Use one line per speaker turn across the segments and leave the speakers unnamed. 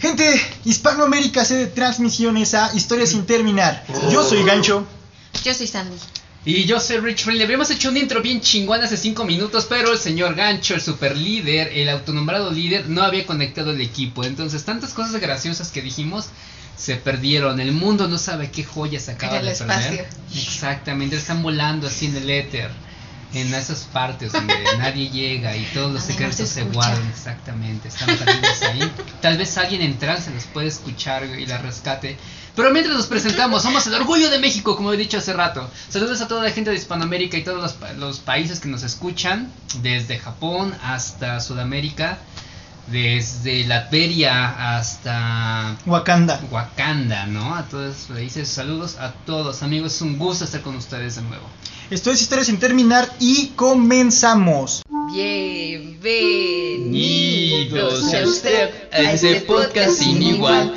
gente, Hispanoamérica se de transmisiones a Historia sin terminar. Yo soy Gancho.
Yo soy Sandy.
Y yo soy Rich Friend. Le habíamos hecho un intro bien chingón hace 5 minutos, pero el señor Gancho, el super líder, el autonombrado líder, no había conectado el equipo. Entonces, tantas cosas graciosas que dijimos se perdieron. El mundo no sabe qué joyas acaba
En el
de
espacio.
perder. Exactamente, están volando así en el éter. En esas partes donde nadie llega y todos los
Donde no
secretos
se
se,
escucha.
guardan, exactamente, están perdidos ahí. Tal vez alguien en trance los puede escuchar y la rescate. Pero mientras nos presentamos, somos el orgullo de México, como he dicho hace rato. Saludos a toda la gente de Hispanoamérica y todos los, pa- los países que nos escuchan, desde Japón hasta Sudamérica, desde Latveria hasta
Wakanda.
Wakanda, ¿no? A todos los países, saludos a todos, amigos, es un gusto estar con ustedes de nuevo.
Esto es Historia sin terminar y comenzamos.
Bienvenidos
Bienvenidos
a usted
a usted
a este podcast sin igual.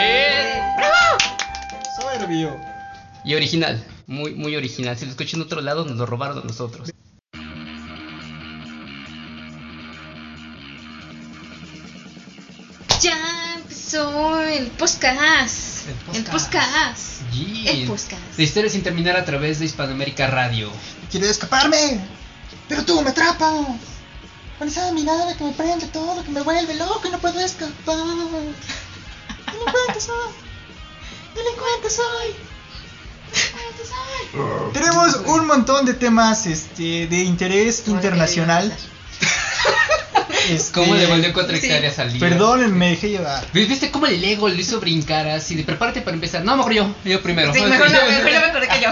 ¡Bravo!
Soberbio.
Y original, muy, muy original. Si lo escuchan en otro lado, nos lo robaron a nosotros.
Ya empezó el podcast.
El podcast.
El podcast. El podcast.
La historia sin terminar a través de Hispanoamérica Radio.
Quiero escaparme. Pero tú me atrapas. Con esa mirada que me prende todo, que me vuelve loco y no puedo escapar. Delincuente soy. Delincuente soy. Delincuente
Oh.
soy. Tenemos un montón de temas este, de interés internacional. Este,
¿Cómo le volvió cuatro
Sí.
hectáreas al día?
Perdón, me dejé llevar.
¿Ves- ¿Viste cómo el ego le hizo brincar así de prepárate para empezar? No, mejor yo, yo primero.
Sí, mejor, no, mejor yo me acordé que yo.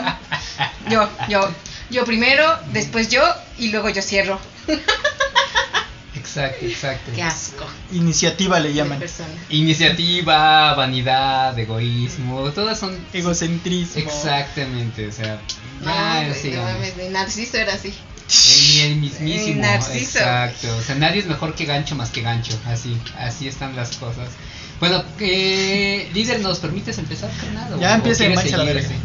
Yo, yo. Yo primero, después yo y luego yo cierro.
Exacto, exacto.
Qué asco.
Iniciativa le
de
llaman.
persona.
Iniciativa, vanidad, egoísmo, todas son...
Egocentrismo.
Exactamente, o sea...
No,
Ya,
hombre, no
sigamos.
mames, de Narciso era así.
Ni el mismísimo.
El narciso.
Exacto. O sea, nadie es mejor que gancho más que gancho. Así, así están las cosas. Bueno, eh, líder, ¿nos permites empezar, carnal?
Ya empieza,
quieres
mancha la
seguir?
verga.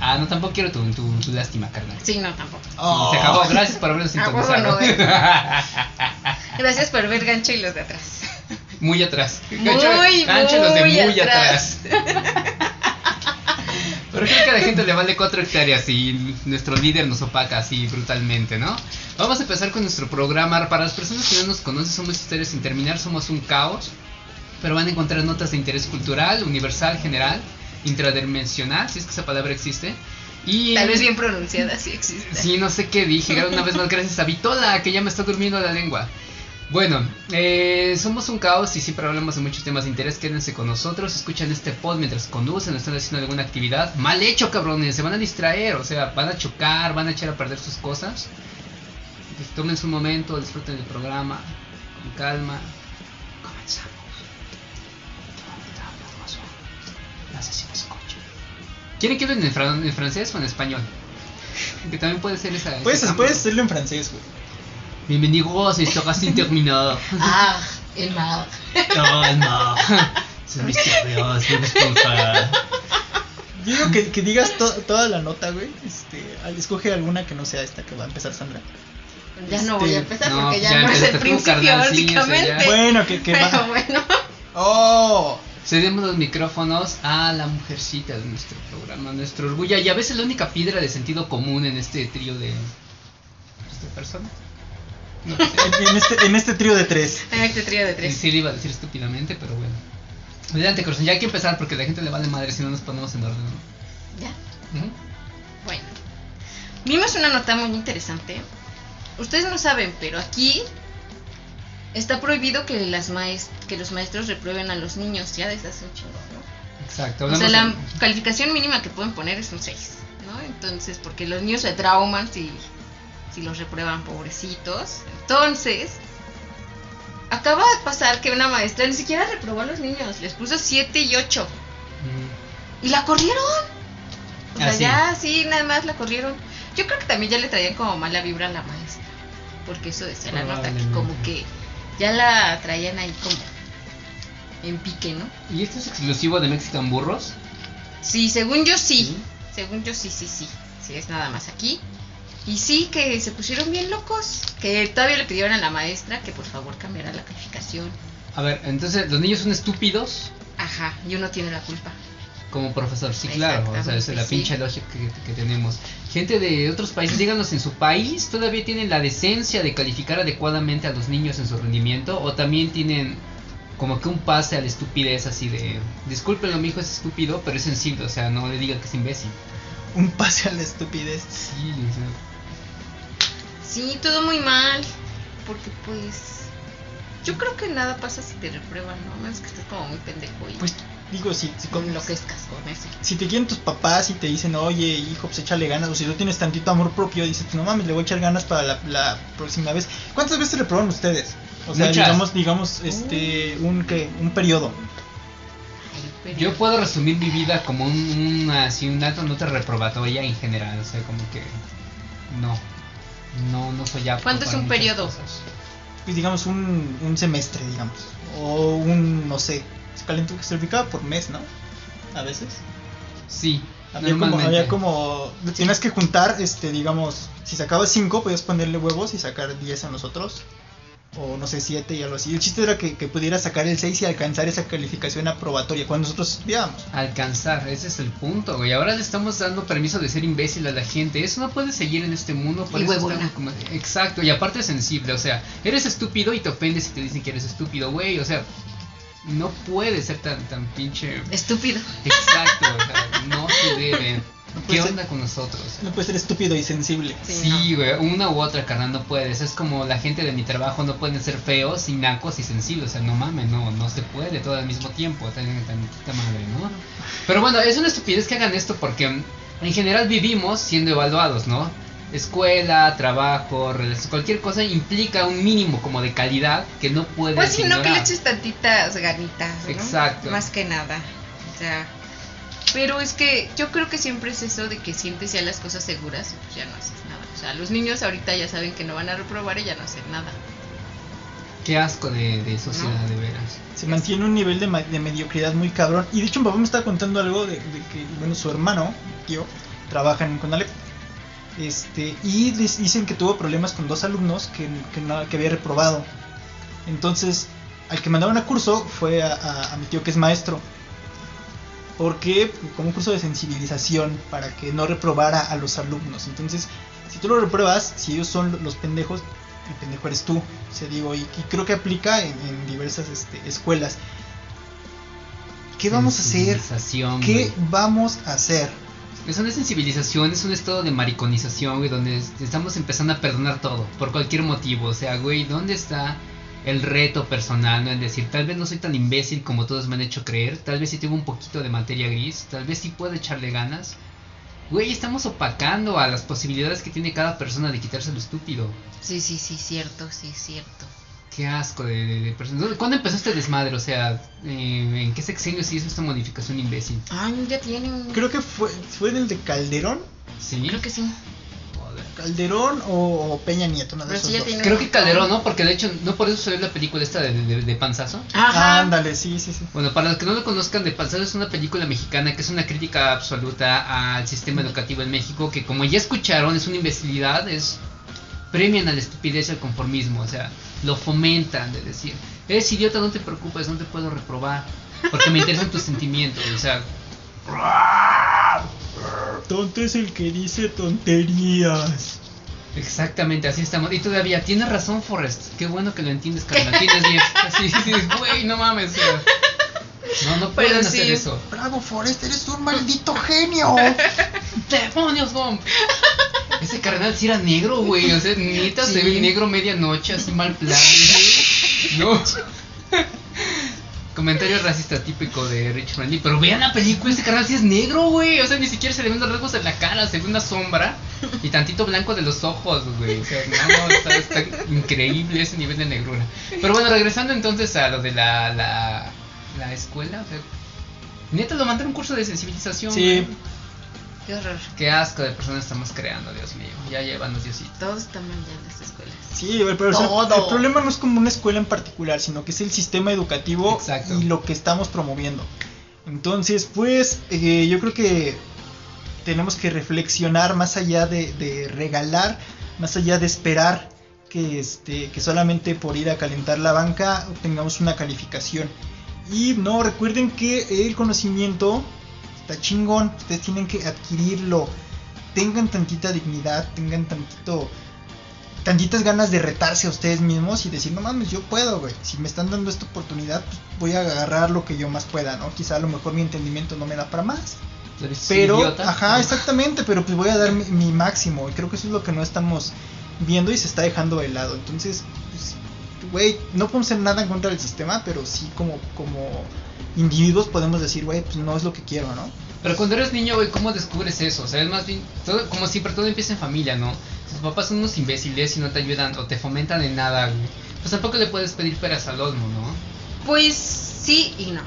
Ah, no, tampoco quiero tu, tu, tu lástima, carnal.
Sí, no, tampoco.
Oh.
Se acabó, gracias por habernos
Ah, huevo,
sintonizado.
no, Gracias por ver Gancho y los de atrás.
muy atrás.
Muy,
gancho los de
muy
muy
atrás.
atrás. Pero creo que a la gente le vale 4 hectáreas y nuestro líder nos opaca así brutalmente, ¿no? Vamos a empezar con nuestro programa. Para las personas que no nos conocen, somos Historias sin terminar, somos un caos. Pero van a encontrar notas de interés cultural, universal, general, intradimensional, si es que esa palabra existe. Y
Tal vez bien pronunciada, sí existe.
Sí, no sé qué dije. Una vez más, gracias a Vitola, que ya me está durmiendo la lengua. Bueno, eh, somos un caos y siempre hablamos de muchos temas de interés. Quédense con nosotros, escuchan este pod mientras conducen, están haciendo alguna actividad. Mal hecho, cabrones, se van a distraer, o sea, van a chocar, van a echar a perder sus cosas. Pues, Tomen su momento, disfruten del programa, con calma. Comenzamos. No sé si me escuchan. ¿Quieren que hablen en, fran- en francés o en español? Que también puede ser esa. ese
Puedes,
cambio.
puedes hacerlo en francés, güey.
Bienvenidos a Historia sin terminar.
Ah, el mal.
No, no. Son misterios, disculpa.
Yo digo que, que digas to- toda la nota, güey. Este, al- escoge alguna que no sea esta que va a empezar Sandra.
Ya no voy a empezar
Este, No,
porque ya,
ya
no es el
empezaste tú,
principio,
carnal, sí, o sea, ya.
básicamente.
Bueno, que, que
Pero
va.
bueno.
Oh,
Cedemos los micrófonos a la mujercita de nuestro programa, nuestro orgullo. Y a veces la única piedra de sentido común en este trío de. ¿De personas? No sé.
en, en este, en este trío de tres.
En este trío de tres.
Sí, le iba a decir estúpidamente, pero bueno. Adelante, corazón, ya hay que empezar porque la gente le vale madre si no nos ponemos en orden. ¿no?
Ya.
Ujú.
Bueno, vimos una nota muy interesante. Ustedes no saben, pero aquí está prohibido que, las maes- que los maestros reprueben a los niños ya desde hace un chingo, ¿no?
Exacto,
O sea,
hablamos.
la
de-
calificación mínima que pueden poner es un 6, ¿no? Entonces, porque los niños se trauman si, si los reprueban pobrecitos. Entonces, acaba de pasar que una maestra ni siquiera reprobó a los niños, les puso 7 y 8.
Mm,
Y la corrieron. O sea,
Ah, sí.
ya sí, nada más la corrieron. Yo creo que también ya le traían como mala vibra a la maestra. Porque eso decía la nota, que como
Probablemente.
que ya la traían ahí como en pique, ¿no?
¿Y esto es exclusivo de Mexican Burros?
Sí, según yo sí.
Sí.
Según yo sí, sí, sí. Sí, es nada más aquí. Y sí, que se pusieron bien locos. Que todavía le pidieron a la maestra que por favor cambiara la calificación.
A ver, entonces, ¿los niños son estúpidos?
Ajá, y uno tiene la culpa.
Como profesor, sí, claro. O sea, esa es la
Exactamente,
pinche
sí.
lógica que, que tenemos. Gente de otros países, díganos, ¿en su país todavía tienen la decencia de calificar adecuadamente a los niños en su rendimiento? ¿O también tienen como que un pase a la estupidez así de... Discúlpenlo, mi hijo es estúpido, pero es sensible, o sea, no le digan que es imbécil.
Un pase a la estupidez.
Sí, o sea,
Sí, todo muy mal. Porque pues... Yo creo que nada pasa si te reprueban, ¿no? A menos que estés como muy pendejo y
Pues digo, si, si con lo que...
enloquezcas con eso.
Si te quieren tus papás y te dicen, oye, hijo, pues échale ganas, o si no tienes tantito amor propio, dices, pues no mames, le voy a echar ganas para la, la próxima vez. ¿Cuántas veces reprobaron ustedes? O sea,
Muchas.
digamos, digamos, este,
Uh.
un, ¿qué? Un periodo.
Ay, pero-
Yo puedo resumir mi vida como un, un- así, un alto nota reprobatoria en general, o sea, como que... No, no, no soy apto
¿Cuánto es
para
un
muchas
periodo?
cosas.
Pues digamos, un, un semestre, digamos. O un, no sé, se calentó- se calificaba por mes, ¿no? A veces.
Sí,
Había como,
normalmente.
había como, tienes que juntar, este, digamos, si sacabas 5 podías ponerle huevos y sacar 10 a nosotros, o no sé, 7 y algo así. El chiste era que, que pudieras sacar el 6 y alcanzar esa calificación aprobatoria cuando nosotros estudiábamos.
alcanzar, ese es el punto, güey. Ahora le estamos dando permiso de ser imbécil a la gente. Eso no puede seguir en este mundo. por
Y
eso
huevona.
estamos como- Exacto, y aparte sensible, o sea, eres estúpido y te ofendes si te dicen que eres estúpido, güey. O sea, no puede ser tan, tan pinche.
Estúpido.
Exacto, o sea, no se debe. ¿Qué
Pues,
onda con nosotros?
No puedes ser estúpido y sensible.
Sí,
Sí, güey, una u otra, carnal, no puedes. Es como la gente de mi trabajo no pueden ser feos, y nacos y sensibles. O sea, no mames, no, no se puede todo al mismo tiempo. Tan, tantita madre, ¿no? Pero bueno, es una estupidez que hagan esto porque mm, en general vivimos siendo evaluados, ¿no? Escuela, trabajo, relaciones, cualquier cosa implica un mínimo como de calidad que no puedes.
Pues si no que le
ignorar.
eches tantitas ganitas, ¿no?
Exacto.
Más que nada. O sea, pero es que yo creo que siempre es eso de que sientes ya las cosas seguras y pues ya no haces nada. O sea, los niños ahorita ya saben que no van a reprobar y ya no hacen nada.
Qué asco de, de sociedad, de veras.
Se mantiene un nivel de, ma- de mediocridad muy cabrón. Y de hecho mi papá me estaba contando algo de, de que, bueno, su hermano, tío, trabaja en Conalep. Este, y dis- dicen que tuvo problemas con dos alumnos que, que, no- que había reprobado. Entonces, al que mandaron a curso fue a, a- a mi tío que es maestro. Porque como un curso de sensibilización para que no reprobara a los alumnos. Entonces, si tú lo repruebas, si ellos son los pendejos, el pendejo eres tú. Se digo, y, y creo que aplica en, en diversas este, escuelas. ¿Qué vamos a hacer?
Sensibilización, güey.
¿Qué vamos a hacer?
Es una sensibilización, es un estado de mariconización, güey, donde es- estamos empezando a perdonar todo, por cualquier motivo. O sea, güey, ¿dónde está el reto personal? ¿No? Es decir, tal vez no soy tan imbécil como todos me han hecho creer, tal vez sí tengo un poquito de materia gris, tal vez sí puedo echarle ganas. Güey, estamos opacando a las posibilidades que tiene cada persona de quitarse lo estúpido.
Sí, sí, sí, cierto, sí, cierto.
Qué asco de, de, de persona. ¿Dónde- ¿Cuándo empezó este desmadre? O sea, eh, ¿en qué sexenio se hizo esta modificación imbécil?
Ay, ya tienen. Creo,
Creo que fue, fue en el de Calderón.
¿Sí?
que sí.
Joder.
Calderón o, o Peña Nieto, una de
Pero
esos
sí ya
dos.
tiene-
Creo que Calderón, ¿no? Porque de hecho, ¿no por eso salió la película esta de, de- de Panzazo?
Ah,
Ajá.
ándale, sí, sí, sí.
Bueno, para los que no lo conozcan, De Panzazo es una película mexicana que es una crítica absoluta al sistema educativo en México, que como ya escucharon, es una imbecilidad, es premian a la estupidez y al conformismo, o sea, lo fomentan de decir, eres idiota, no te preocupes, no te puedo reprobar, porque me interesan tus sentimientos, o sea,
Tonto es el que dice tonterías.
exactamente así estamos. Y todavía, tienes razón, Forrest, qué bueno que lo entiendes, carnal, tienes 10. Así dices, güey, no mames, o sea, no, no
Pero
pueden hacer
sí.
eso.
Bravo, Forrest, eres un maldito genio.
¡Demonios, Gump! Ese carnal sí era negro, güey. O sea, neta se
Sí.
ve negro medianoche, así mal plan. güey. No. Comentario racista típico de Rich Lee. Pero vean la película, este canal sí es negro, güey. O sea, ni siquiera se le ven los rasgos en la cara, se ve una sombra y tantito blanco de los ojos, güey. O sea, no, no, está, está increíble ese nivel de negrura. Pero bueno, regresando entonces a lo de la, la, la escuela, o sea, neta lo mandaron un curso de sensibilización.
Sí.
güey.
Qué horror.
Qué asco de personas estamos creando, Dios mío. Ya llévanos, Diosito.
Todos están mal ya en las escuelas.
Sí, güey, pero o sea,
Todo.
el problema no es como una escuela en particular, sino que es el sistema educativo
Exacto.
y lo que estamos promoviendo. Entonces, pues eh, yo creo que tenemos que reflexionar más allá de, de regalar, más allá de esperar que, este, que solamente por ir a calentar la banca obtengamos una calificación. Y no, recuerden que el conocimiento está chingón, ustedes tienen que adquirirlo. Tengan tantita dignidad, tengan tantito tantitas ganas de retarse a ustedes mismos y decir, no mames, yo puedo, güey. Si me están dando esta oportunidad, pues, voy a agarrar lo que yo más pueda, ¿no? Quizá a lo mejor mi entendimiento no me da para más.
Eres
Pero,
idiota.
ajá, exactamente, pero pues voy a dar mi, mi máximo. Y creo que eso es lo que no estamos viendo y se está dejando de lado. Entonces, pues, güey, no podemos hacer nada en contra del sistema, pero sí como, como individuos podemos decir, güey, pues no es lo que quiero, ¿no?
Pero cuando eres niño, güey, ¿cómo descubres eso? O sea, es más bien, todo, como siempre, todo empieza en familia, ¿no? Tus papás son unos imbéciles y no te ayudan o te fomentan en nada, güey. Pues tampoco le puedes pedir peras al olmo, ¿no?
Pues sí y no.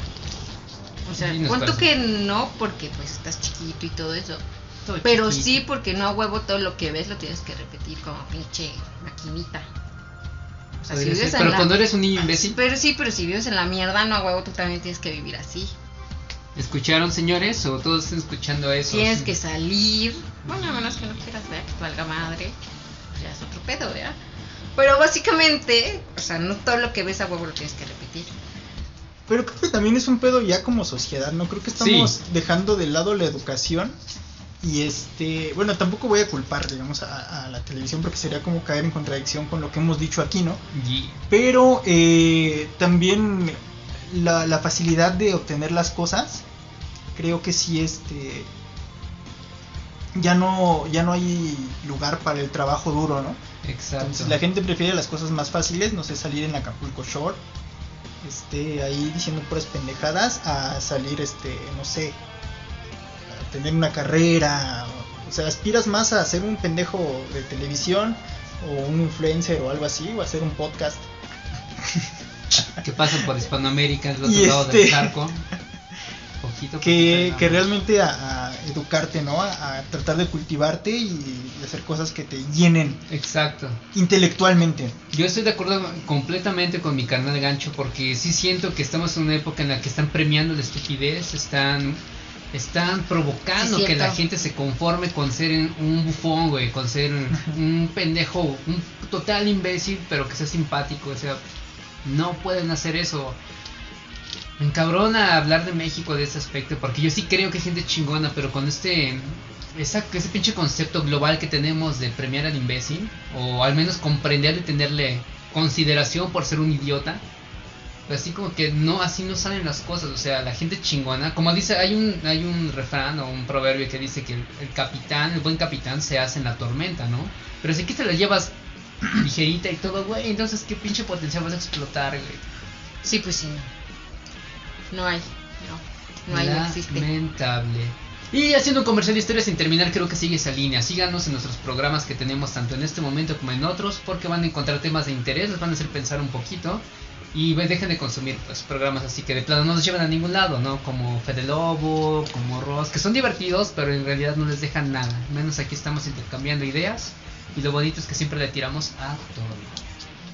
O sea,
Y nos
cuento
pasa.
que no porque pues estás chiquito y todo eso.
Todo
Pero
chiquito.
sí porque no a huevo todo lo que ves lo tienes que repetir como pinche maquinita. O sea, si
Podría ser,
vives en
Pero
la...
cuando eres un niño imbécil,
Pero sí, pero si vives en la mierda, no a huevo tú también tienes que vivir así.
¿escucharon, señores? ¿O todos están escuchando eso?
Tienes
Sí.
que salir. Bueno, a menos que no quieras ver que te valga madre. Ya es otro pedo, ¿verdad? Pero básicamente, o sea, no todo lo que ves a huevo lo tienes que repetir.
Pero creo que también es un pedo ya como sociedad, ¿no? Creo que estamos dejando de lado la educación. Y este, bueno, tampoco voy a culpar, digamos, a, a la televisión porque sería como caer en contradicción con lo que hemos dicho aquí, ¿no?
Y-
Pero eh, también la, la facilidad de obtener las cosas, creo que sí, este, ya no, ya no hay lugar para el trabajo duro, ¿no?
Exacto.
Entonces la gente prefiere las cosas más fáciles, no sé, salir en Acapulco Shore, este, ahí diciendo puras pendejadas, a salir, este, no sé, a tener una carrera, o sea, aspiras más a ser un pendejo de televisión o un influencer o algo así, o hacer un podcast.
Que pasan por Hispanoamérica, del otro
Y
lado
este-
del charco.
que,
Poquito, poquito,
que
nada más.
realmente a, a educarte, ¿no? A, a tratar de cultivarte y hacer cosas que te llenen
Exacto.
intelectualmente.
Yo estoy de acuerdo completamente con mi carnal gancho porque sí siento que estamos en una época en la que están premiando la estupidez, están están provocando
Sí,
que
cierto.
la gente se conforme con ser un bufón, güey, con ser un, un pendejo, un total imbécil, pero que sea simpático, o sea, no pueden hacer eso. Me encabrona hablar de México de ese aspecto, porque yo sí creo que hay gente chingona, pero con este esa, ese pinche concepto global que tenemos de premiar al imbécil, o al menos comprender y tenerle consideración por ser un idiota, pues así como que no, así no salen las cosas, o sea, la gente chingona, como dice, hay un, hay un refrán o un proverbio que dice que el, el capitán, el buen capitán se hace en la tormenta, ¿no? Pero si aquí te la llevas ligerita y todo, güey, entonces qué pinche potencial vas a explotar, güey.
Sí, pues sí, no. No hay, no. No hay, no existe.
Lamentable. Y haciendo un comercial de historias sin terminar, creo que sigue esa línea. Síganos en nuestros programas que tenemos tanto en este momento como en otros, porque van a encontrar temas de interés, les van a hacer pensar un poquito. Y pues, dejen de consumir pues, programas así que de plano no nos llevan a ningún lado, ¿no? Como Fede Lobo, como Ross, que son divertidos, pero en realidad no les dejan nada. Menos aquí estamos intercambiando ideas. Y lo bonito es que siempre le tiramos a todo.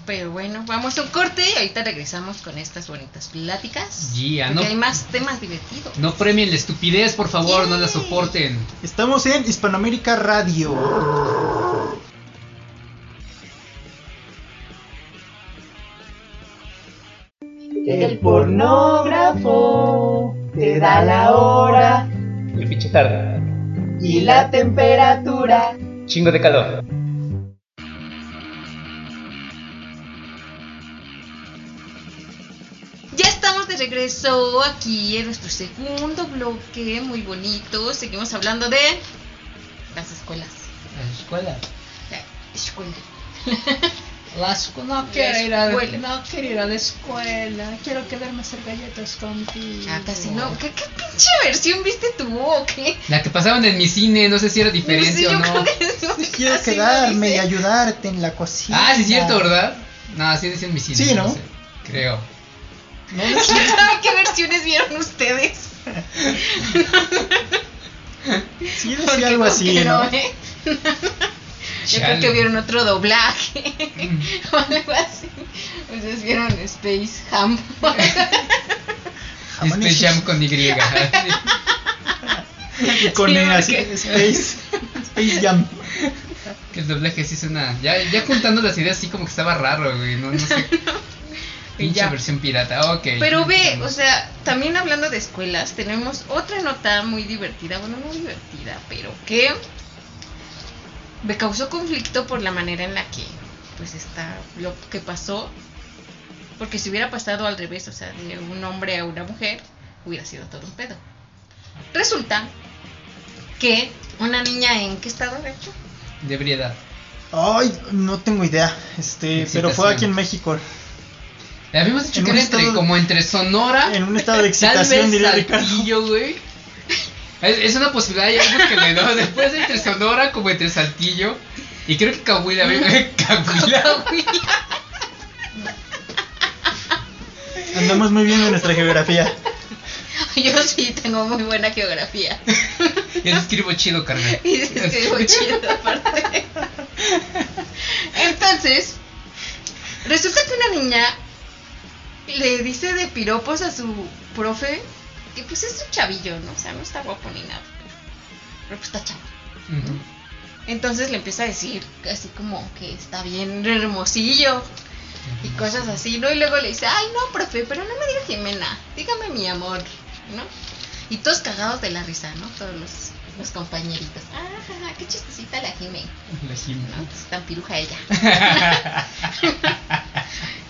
Pero bueno, vamos a un corte y ahorita regresamos con estas bonitas pláticas.
Yeah,
porque
no,
hay más temas divertidos.
no premien la estupidez, por favor, no la
Yay.
soporten.
Estamos en Hispanoamérica Radio.
El pornógrafo te da la hora
El pinche tarde.
y la temperatura.
Chingo de calor.
Ya estamos de regreso aquí en nuestro segundo bloque, muy bonito. Seguimos hablando de las escuelas.
La escuela.
La escuela.
La escu- no, quiero ir a, no quiero ir a la escuela. Quiero quedarme a hacer galletas contigo.
Ah, casi no. ¿Qué, qué pinche versión viste tú o qué?
La que pasaban en mi cine, no sé si era diferente
Sí,
o
yo
no.
creo que es muy
Quiero
casi,
quedarme
¿no?
y ayudarte en la cocina.
Ah, sí es cierto, ¿verdad? No, así decía en mi cine.
Sí, ¿no?
sé, creo.
No, no sé.
¿Quién sabe qué versiones vieron ustedes?
Sí
Porque
decía algo así,
creo,
¿no?
¿eh? Yo creo
Chale.
que vieron otro doblaje o algo así. Pues Ustedes vieron Space Ham.
Jamón y
Space Jam con Y.
Y con
Sí,
él así,
porque-
Space, Space Jam.
Que el doblaje sí suena. Ya, ya juntando las ideas, sí como que estaba raro, güey. No, no sé. Pinche
Ya.
versión pirata, ok.
Pero ve, o sea, también hablando de escuelas, tenemos otra nota muy divertida, bueno, no divertida, pero que me causó conflicto por la manera en la que, pues, está lo que pasó. Porque si hubiera pasado al revés, o sea, de un hombre a una mujer, hubiera sido todo un pedo. Resulta que una niña en qué estado, de hecho,
De ebriedad.
Ay, no tengo idea. Este, pero fue aquí en México.
Le habíamos dicho
En
que
un
era entre,
estado-
como entre Sonora.
En un estado de
Tal
excitación,
vez
diría Ricardo.
Saltillo, güey. Es, es una posibilidad, ya vimos que le no. Después entre Sonora, como entre Saltillo. Y creo que Cahuila, güey. Cahuila.
Andamos muy bien en nuestra geografía.
yo sí tengo muy buena geografía.
Yo escribo chido, carnal.
Y se escribió chido aparte. Entonces, resulta que una niña le dice de piropos a su profe, que pues es un chavillo, ¿no? O sea, no está guapo ni nada, pero, pero pues está chavo.
Ujú.
Entonces le empieza a decir así como que está bien hermosillo y cosas así, ¿no? Y luego le dice, ay, no, profe, pero no me diga Jimena, dígame mi amor, ¿no? Y todos cagados de la risa, ¿no? Todos los, los compañeritos. Ah, ja, ja, qué chistosita la Jimé,
La Jimena.
¿no? Pues, tan piruja ella.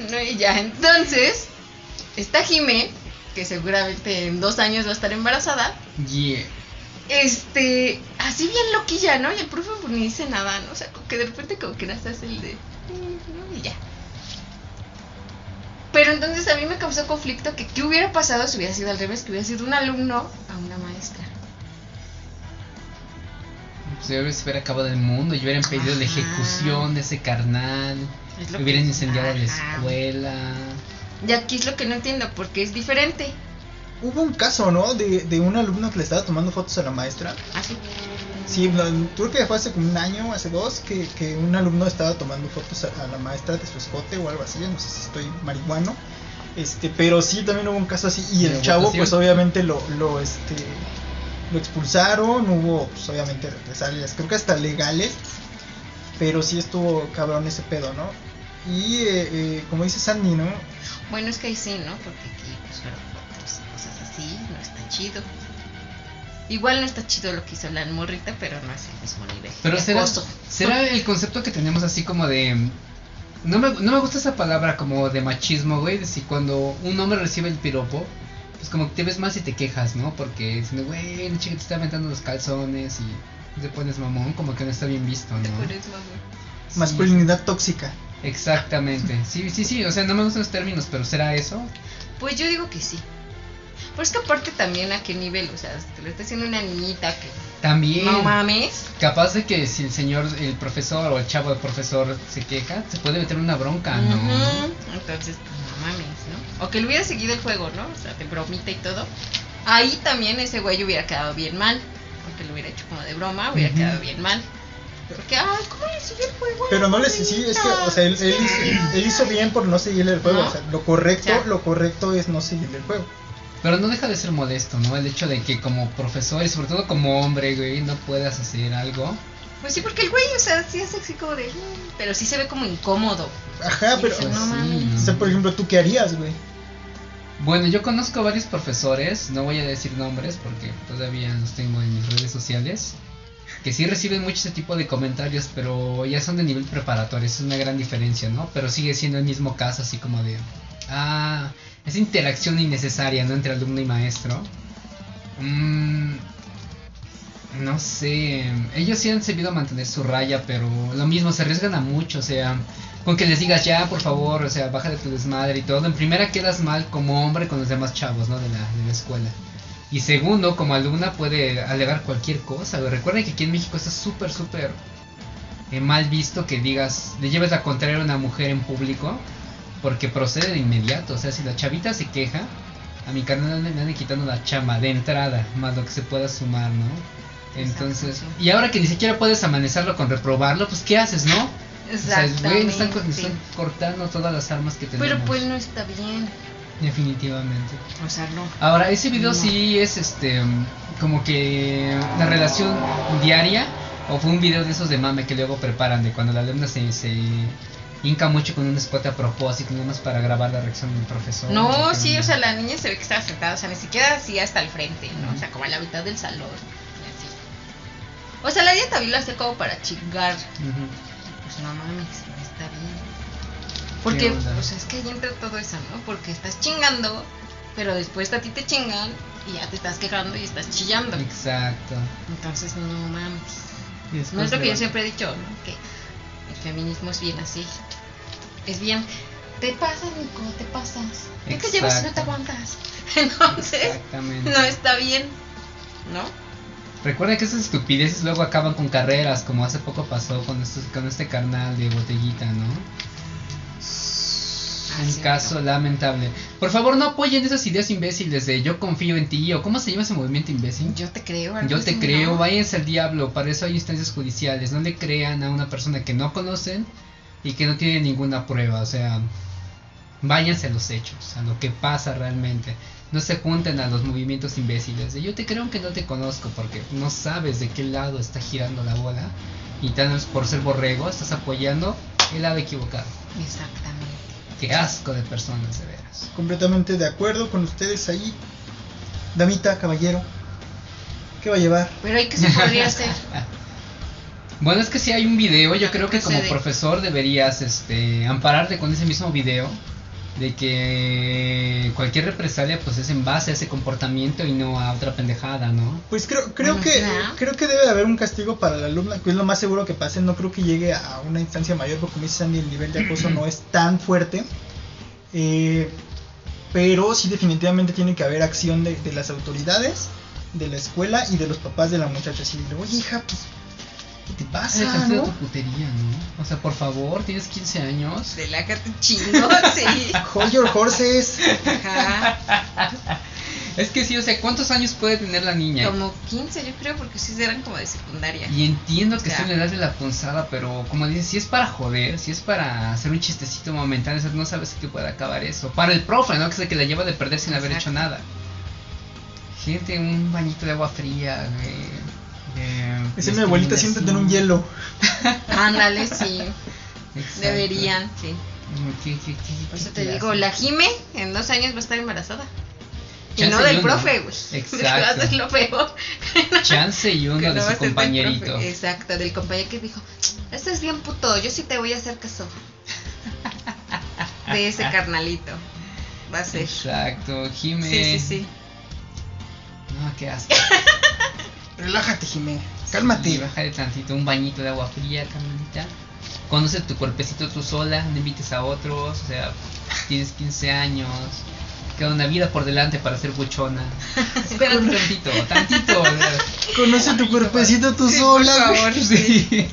no, y ya, entonces, está Jimé, que seguramente en dos años va a estar embarazada,
Yeah.
este, así bien loquilla, ¿no? Y el profe pues, ni dice nada, ¿no? O sea, como que de repente como que nada hace el de... "Mm", ¿no? Y ya. Pero entonces a mí me causó conflicto que qué hubiera pasado si hubiera sido al revés, que hubiera sido un alumno a una maestra.
Pues yo hubiera- se hubiera acabado el mundo, yo hubieran pedido
Ajá.
la ejecución de ese carnal,
Es lo que-
hubieran incendiado la
Ajá.
escuela.
Y aquí es lo que no entiendo, porque es diferente.
Hubo un caso, ¿no? De, de un alumno que le estaba tomando fotos a la maestra.
Así.
Sí, lo- creo que fue hace como un año, hace dos, que, que un alumno estaba tomando fotos a, a la maestra de su escote o algo así, no sé si estoy marihuano. Este, pero sí, también hubo un caso así y
¿De
el chavo
votación?
pues obviamente lo, lo, este, lo expulsaron, hubo pues obviamente represalias, creo que hasta legales, pero sí estuvo cabrón ese pedo, ¿no? Y eh, eh, como dice Sandy, ¿no?
Bueno, es que ahí sí, ¿no? Porque aquí pues fueron fotos y cosas así, no está chido. Igual no está chido lo que hizo la morrita, pero no es el mismo nivel.
Pero
de
será,
acoso.
será el concepto que tenemos así como de... No me, no me gusta esa palabra como de machismo, güey, de si cuando un hombre recibe el piropo, pues como que te ves más y te quejas, ¿no? Porque diciendo, güey, el chico te está aventando los calzones y te pones mamón, como que no está bien visto,
Te
¿no?
pones mamón.
Sí,
Masculinidad tóxica.
Exactamente, sí, sí, sí, o sea, no me gustan los términos, pero ¿será eso?
Pues yo digo que sí. Pero es que aparte también a qué nivel, o sea, si te lo está haciendo una niñita que
También...
no mames.
Capaz de que si el señor, el profesor o el chavo del profesor se queja, se puede meter una bronca, ¿no?
Ujú. Entonces, pues, no mames, ¿no? O que le hubiera seguido el juego, ¿no? O sea, de bromita y todo. Ahí también ese güey hubiera quedado bien mal. Aunque lo hubiera hecho como de broma, hubiera
Ujú.
quedado bien mal. Porque, ay, ¿cómo le siguió el juego? a la
Pero no les sí, es que, o sea, él, él hizo, él hizo bien por no seguirle el juego.
Ajá.
O sea, lo correcto,
Ya.
lo correcto es no seguirle el juego.
Pero no deja de ser modesto, ¿no? El hecho de que como profesor y sobre todo como hombre, güey, no puedas hacer algo.
Pues sí, porque el güey, o sea, sí es así como de. "Mm", Pero sí se ve como incómodo.
Ajá,
Y
pero.
dice, no
Pues sí,
mames.
O sea, por ejemplo, ¿tú qué harías, güey?
Bueno, yo conozco varios profesores, no voy a decir nombres porque todavía los tengo en mis redes sociales, que sí reciben mucho ese tipo de comentarios, pero ya son de nivel preparatorio, es una gran diferencia, ¿no? Pero sigue siendo el mismo caso, así como de, ah, esa interacción innecesaria, ¿no? Entre alumno y maestro. Mm, no sé, ellos sí han sabido mantener su raya, pero lo mismo, se arriesgan a mucho, o sea, con que les digas ya, por favor, o sea, baja de tu desmadre y todo. En primera quedas mal como hombre con los demás chavos, ¿no? De la, de la escuela. Y segundo, como alumna puede alegar cualquier cosa. güey. Recuerden que aquí en México está súper, súper eh, mal visto que digas, le lleves la contraria a una mujer en público, porque procede de inmediato. O sea, si la chavita se queja, a mi carnal me andan quitando la chamba de entrada, más lo que se pueda sumar, ¿no? Entonces,
Exacto.
y ahora que ni siquiera puedes amanecerlo con reprobarlo, pues ¿qué haces, no? O sea,
Exactamente.
güey, están, co- están cortando todas las armas que tenemos.
Pero pues no está bien.
Definitivamente.
O sea, no.
Ahora, ese video
No.
sí es este mm, como que la relación diaria o fue un video de esos de mame que luego preparan de cuando la alumna se, se hinca mucho con un spot a propósito, nomás para grabar la reacción del profesor.
No,
Pero
sí,
no.
o sea, la niña se ve que estaba sentada, o sea, ni siquiera así hasta el frente, ¿no? O sea, como a la mitad del salón. y así. O sea, la niña también lo hacía como para chingar.
Ujú.
Pues no mames, no está bien.
¿Qué
Porque,
onda?
o sea, es que ahí entra todo eso, ¿no? Porque estás chingando, pero después a ti te chingan y ya te estás quejando y estás chillando.
Exacto.
Entonces, no mames.
Y
No
después
es lo que yo
levanta-
siempre he dicho, ¿no? Que el feminismo es bien así. Es bien. Te pasas, Nico, te pasas. No te llevas y no te
Exacto.
aguantas. Entonces,
Exactamente.
no está bien. ¿No?
Recuerda que esas estupideces luego acaban con carreras, como hace poco pasó con, estos, con este carnal de botellita, ¿no? Un
Así,
caso lamentable. Por favor, no apoyen esas ideas imbéciles de yo confío en ti o cómo se llama ese movimiento imbécil.
¿no? Yo te creo. algo
Yo te
así,
creo,
pues ¿no?
váyanse al diablo, para eso hay instancias judiciales, no le crean a una persona que no conocen y que no tiene ninguna prueba, o sea, váyanse a los hechos, a lo que pasa realmente, no se junten a los movimientos imbéciles, de yo te creo que no te conozco porque no sabes de qué lado está girando la bola y tal vez por ser borrego estás apoyando el lado equivocado,
Exactamente.
qué asco de personas de veras.
Completamente de acuerdo con ustedes ahí. Damita, caballero. ¿Qué va a llevar?
Pero hay que se podría hacer.
Bueno, es que si hay un video, yo
Lo
creo
que
que como
procede.
profesor deberías este, ampararte con ese mismo video de que cualquier represalia pues es en base a ese comportamiento y no a otra pendejada, ¿no?
Pues creo, creo
Bueno,
que
claro.
creo que debe de haber un castigo para la alumna, que es lo más seguro que pase. No creo que llegue a una instancia mayor, porque como dice Sandy, el nivel de acoso no es tan fuerte. Eh, pero sí definitivamente tiene que haber acción de, de las autoridades, de la escuela y de los papás de la muchacha. Así, de, oye hija, pues, ¿qué te pasa?
Dejaste de
Ah, no?
tu putería, ¿no? O sea, por favor, tienes 15 años.
Relájate chingo, sí.
Hold your horses.
Ajá.
Es que sí, o sea, ¿cuántos años puede tener la niña?
Como 15, yo creo, porque sí eran como de secundaria.
Y entiendo que
O sea.
estoy en la edad de la punzada, pero como dices, si es para joder, si es para hacer un chistecito momentáneo, o sea, no sabes que puede acabar eso. Para el profe, ¿no? Que es el que la lleva de perder sin haber
Exacto.
hecho nada. Gente, un bañito de agua fría, de. de
Dice mi abuelita, siéntate en un hielo.
Ándale, sí.
Exacto.
Deberían, sí.
Mm, qué- qué- qué-
Por
qué
eso te
clase.
digo, la Jime en dos años va a estar embarazada. Y
Chance
no del
y uno.
profe, güey. Va a
Exacto.
ser lo peor.
Chance y
Que
uno
no va
de
a
su
ser del
compañerito.
profe. Exacto, del compañero que dijo, esto es bien puto, yo sí te voy a hacer caso. De ese carnalito. Va a ser. Sí,
Exacto, Jimé.
sí, sí.
No, qué asco.
Relájate, Jimé. Cálmate.
Y bájale tantito, un bañito de agua fría, Carmelita. Conoce tu cuerpecito tú sola, no invites a otros, o sea, tienes 15 años, queda una vida por delante para ser buchona. Espera un tantito, tantito. o sea,
Conoce tu cuerpecito tú
sí,
sola.
Por
güey.
favor, sí.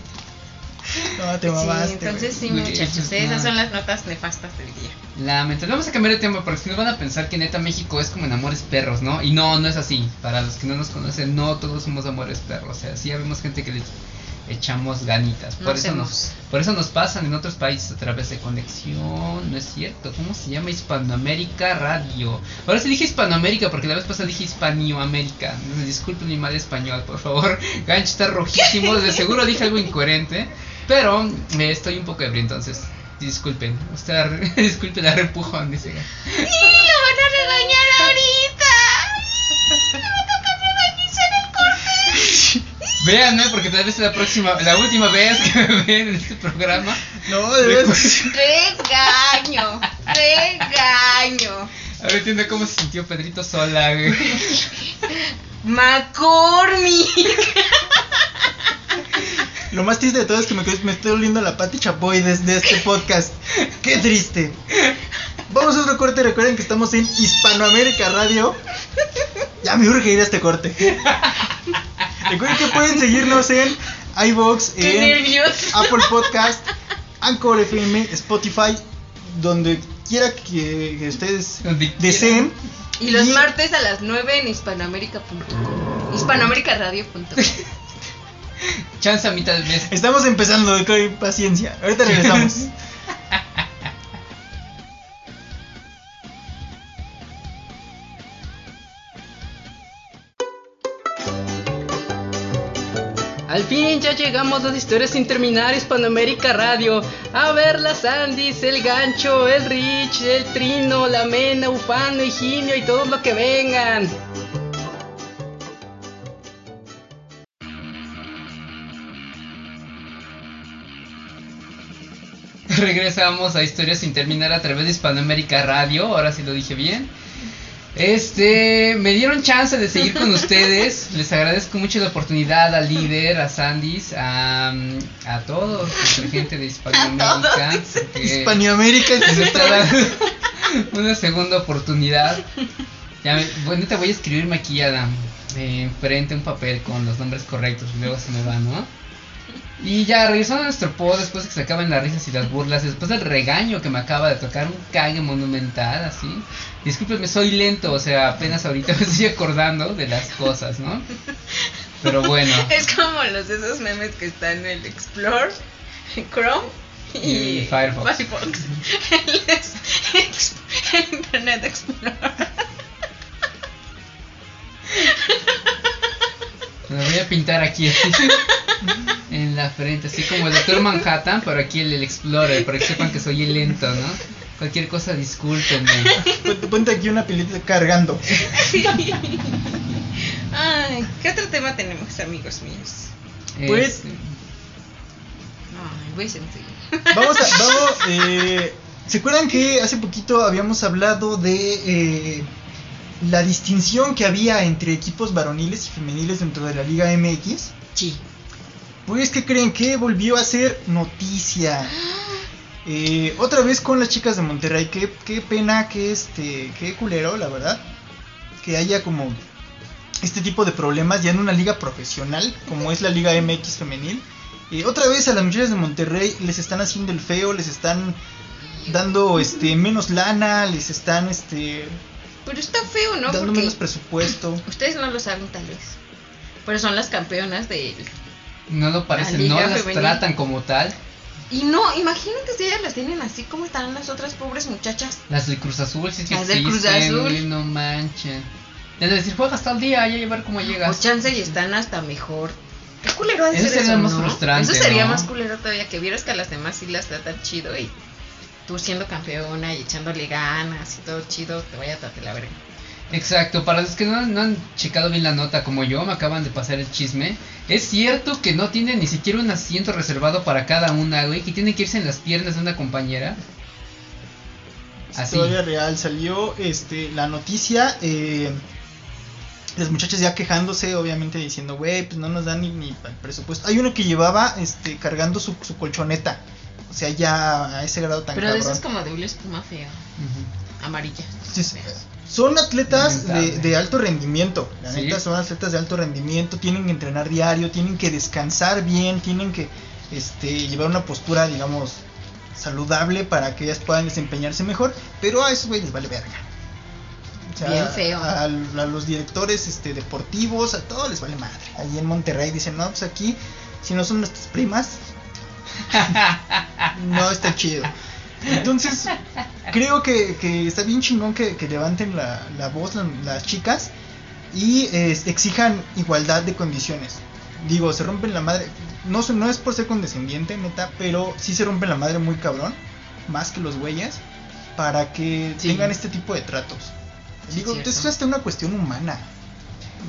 No, te
Sí,
mamaste.
entonces sí,
güey.
muchachos, ¿eh? esas son las notas nefastas del día.
Lamentable. Vamos a cambiar de tema porque si no van a pensar que neta México es como en amores perros, ¿no? Y no, no es así. Para los que no nos conocen, no todos somos amores perros. O sea, sí habemos gente que les echamos ganitas. Por
No
eso nos
hacemos.
Por eso nos pasan en otros países a través de conexión, ¿no es cierto? ¿Cómo se llama Hispanoamérica Radio? Ahora sí dije Hispanoamérica porque la vez pasada dije Hispanioamérica. Me Disculpen mi mal español, por favor. Gancho está rojísimo, de seguro dije algo incoherente, pero eh, estoy un poco ebrio, entonces disculpen. Usted arre- disculpen la repujón, dice. Gancho.
¡Sí! ¡Lo van a regañar ahorita! ¡Sí! ¡Me va a tocar regañiza en el corte!
Véanme porque tal vez es la próxima, la última vez que me ven en este programa.
No, de veras.
¡Regaño! ¡Regaño!
Ahora entiendo cómo se sintió Pedrito Sola, güey.
¡McCormick!
Lo más triste de todo es que me, me estoy oliendo la pata chapoy desde este podcast. ¡Qué triste! Vamos a otro corte. Recuerden que estamos en Hispanoamérica Radio. Ya me urge ir a este corte. Recuerden que pueden seguirnos en iBox,
¡Qué
en
nervios!
Apple Podcast, Anchor FM, Spotify, donde quiera que que ustedes
Donde
deseen.
Y los
Y-
martes a las 9 en hispanoamérica.com. Hispanoamericaradio.com.
Chance a mitad del mes.
Estamos empezando, con paciencia. Ahorita regresamos.
Eh.
Al fin ya llegamos a las historias sin terminar Hispanoamérica Radio. A ver las Andis, el gancho, el Rich, el Trino, la Mena, Ufano, Higinio y todos los que vengan.
Regresamos a Historias sin terminar a través de Hispanoamérica Radio. Ahora sí lo dije bien. Este, me dieron chance de seguir con ustedes. Les agradezco mucho la oportunidad al líder, a Sandys, a, a todos, nuestra gente de Hispanoamérica. porque
Hispanoamérica es
les está dando una segunda oportunidad. Ya me- bueno, te voy a escribirme aquí, Adam, eh, enfrente un papel con los nombres correctos. y Luego se me va, ¿no? Y ya regresando a nuestro pod, después de que se acaban las risas y las burlas, después del regaño que me acaba de tocar, un cague monumental, así. Discúlpeme, soy lento, o sea, apenas ahorita me estoy acordando de las cosas, ¿no? Pero bueno.
Es como los esos memes que están en el Explore, en Chrome y,
Y Firefox.
El, es- ex- el Internet Explorer.
Me voy a pintar aquí así, en la frente, así como el Doctor Manhattan, pero aquí el, el Explorer, para que sepan que soy el lento, ¿no? Cualquier cosa, discúlpenme.
Ponte, ponte aquí una pilita cargando.
Ay, ¿qué otro tema tenemos, amigos míos?
Pues-
Este,
Ay, voy sencillo.
Vamos a. Vamos, eh, ¿Se acuerdan que hace poquito habíamos hablado de eh, la distinción que había entre equipos varoniles y femeniles dentro de la Liga MX?
Sí.
Pues que creen que volvió a ser noticia. Eh, otra vez con las chicas de Monterrey. Qué, qué pena, que este, qué culero, la verdad. Que haya como este tipo de problemas ya en una liga profesional, como es la Liga MX femenil. Eh, otra vez a las muchachas de Monterrey les están haciendo el feo, les están dando este menos lana, les están este
Pero está feo, ¿no?
dando
Porque
menos presupuesto.
ustedes no lo saben tal vez. Pero son las campeonas de
no lo
La
parecen,
liga
no las
femenil.
tratan como tal.
Y no, imagínate si ellas las tienen así como están las otras pobres muchachas.
Las del Cruz Azul, sí que
Las del Cruz
existen,
Azul.
güey, No manchen. Les decir, juega hasta el día, ya llevar cómo
O
llegas.
chance y están hasta mejor. Qué culero ha de
Eso
ser
sería más
¿no?
frustrante,
Eso sería
¿no?
más culero todavía que vieras que a las demás sí las tratan chido y tú siendo campeona y echándole ganas y todo chido, te vaya a tarte la verga.
Exacto, para los que no, no han checado bien la nota como yo, me acaban de pasar el chisme. Es cierto que no tienen ni siquiera un asiento reservado para cada una, güey, que tienen que irse en las piernas de una compañera. Así.
Historia real, salió este la noticia, eh, las muchachas ya quejándose, obviamente diciendo, güey, pues no nos dan ni, ni para el presupuesto. Hay uno que llevaba este cargando su, su colchoneta, o sea, ya a ese grado tan
Pero de
cabrón.
esas como de una espuma fea,
Ujú.
amarilla.
Entonces, son atletas de,
Lamentable.
de alto rendimiento, la
Sí.
neta son atletas de alto rendimiento, tienen que entrenar diario, tienen que descansar bien, tienen que este, llevar una postura, digamos, saludable para que ellas puedan desempeñarse mejor, pero a esos güey les vale verga. O sea,
Bien feo.
A, a los directores este, deportivos, a todos les vale madre. Ahí en Monterrey dicen, no, pues aquí, si no son nuestras primas, no está chido. Entonces, creo que, que está bien chingón que, que levanten la, la voz la- las chicas y eh, exijan igualdad de condiciones. Digo, se rompen la madre. No, sé- no es por ser condescendiente, neta, pero sí se rompen la madre muy cabrón, más que los güeyes, para que
Sí.
tengan este tipo de tratos.
Sí,
Digo,
cierto.
es hasta una cuestión humana.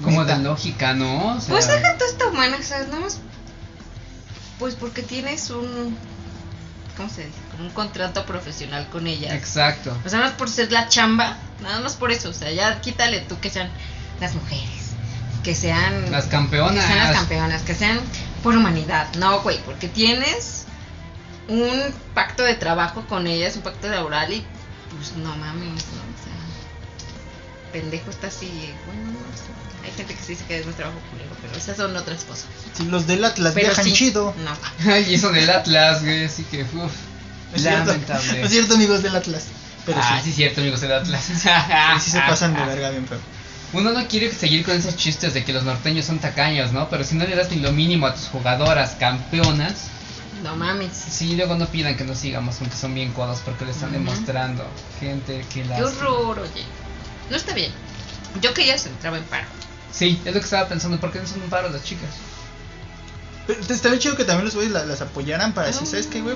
Como
neta.
de lógica, ¿no? O sea,
Pues deja tú esta humana, o sea, nada más. Pues porque tienes un. ¿Cómo se dice? Como un contrato profesional con ellas.
Exacto.
O sea, nada más por ser la chamba, nada más por eso, o sea, ya quítale tú que sean las mujeres, que sean
Las
que
campeonas.
sean las campeonas, que sean por humanidad. No, güey, porque tienes un pacto de trabajo con ellas, un pacto laboral y pues no mames, ¿no? O sea, pendejo está así, bueno, no sé. Hay gente que sí se queda en un trabajo culero, pero esas son otras cosas.
Si los del Atlas
Pero
viajan
sí,
chido.
No.
y eso del Atlas, güey, así que, uff.
Es cierto.
Lamentable.
Es cierto, amigos del Atlas. Pero
ah, sí,
sí.
es cierto, amigos del Atlas.
Sí,
Ah,
sí se pasan de verga bien feo.
Uno no quiere seguir con esos chistes de que los norteños son tacaños, ¿no? Pero si no le das ni lo mínimo a tus jugadoras campeonas,
No mames.
sí, luego no pidan que nos sigamos, aunque son bien codos, porque le están
Ujú.
demostrando. Gente que las.
Qué horror, oye. No está bien. Yo que ellas entraba en paro.
Sí, es lo que estaba pensando, ¿por qué no son un paro las chicas?
Pero estaría chido que también los güeyes la- las apoyaran para decir, ¿sabes qué, güey?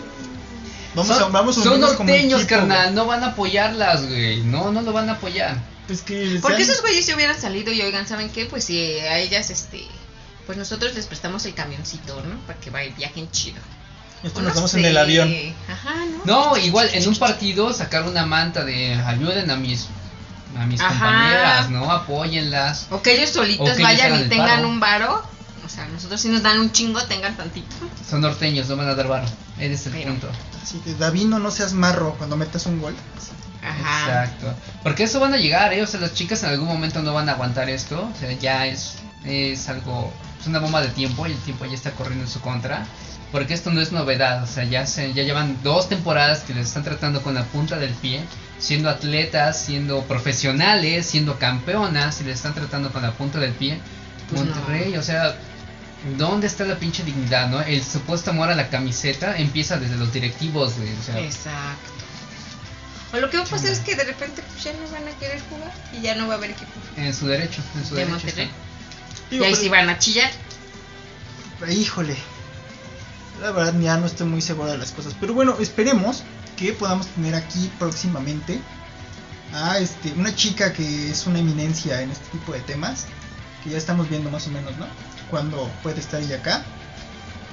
Vamos
son,
a vamos a
son
unirnos como
norteños,
equipo,
carnal, no van a apoyarlas, güey. No, no lo van a apoyar.
güey. Pues que
Porque
sean-
esos güeyes se hubieran salido y oigan, ¿saben qué? Pues si a ellas, este, pues nosotros les prestamos el camioncito, ¿no? Para que vaya- viajen chido.
Esto
O
nos
no
vamos en
sé.
el avión.
Ajá, ¿no?
No, igual en un partido sacar una manta de ayuden a mis a mis
Ajá.
compañeras, ¿no? Apóyenlas.
O que ellos solitos
O que ellos
vayan
hagan
y
el
tengan
paro.
un varo. O sea, nosotros si nos dan un chingo, tengan tantito.
Son norteños, no van a dar varo. Ese es el
Pero-
punto.
Así que Davino, no seas marro cuando metas un gol.
Ajá.
Exacto. Porque eso van a llegar, ¿eh? O sea, las chicas en algún momento no van a aguantar esto. O sea, ya es, es algo, es una bomba de tiempo y el tiempo ya está corriendo en su contra. Porque esto no es novedad, o sea, ya, se, ya llevan dos temporadas que les están tratando con la punta del pie, siendo atletas, siendo profesionales, siendo campeonas, y les están tratando con la punta del pie.
Pues no.
Monterrey, o sea, ¿dónde está la pinche dignidad, no? El supuesto amor a la camiseta empieza desde los directivos, güey, o sea,
Exacto. O lo que va a pasar es que de repente pues, ya no van a querer jugar y ya no va a haber equipo
en su derecho, en su
de
derecho.
Monterrey.
está.
Digo,
y ahí
pero-
sí van a chillar.
Híjole. La verdad ya no estoy muy seguro de las cosas. Pero bueno, esperemos que podamos tener aquí próximamente a este, una chica que es una eminencia en este tipo de temas. Que ya estamos viendo más o menos, ¿no? Cuando puede estar ella acá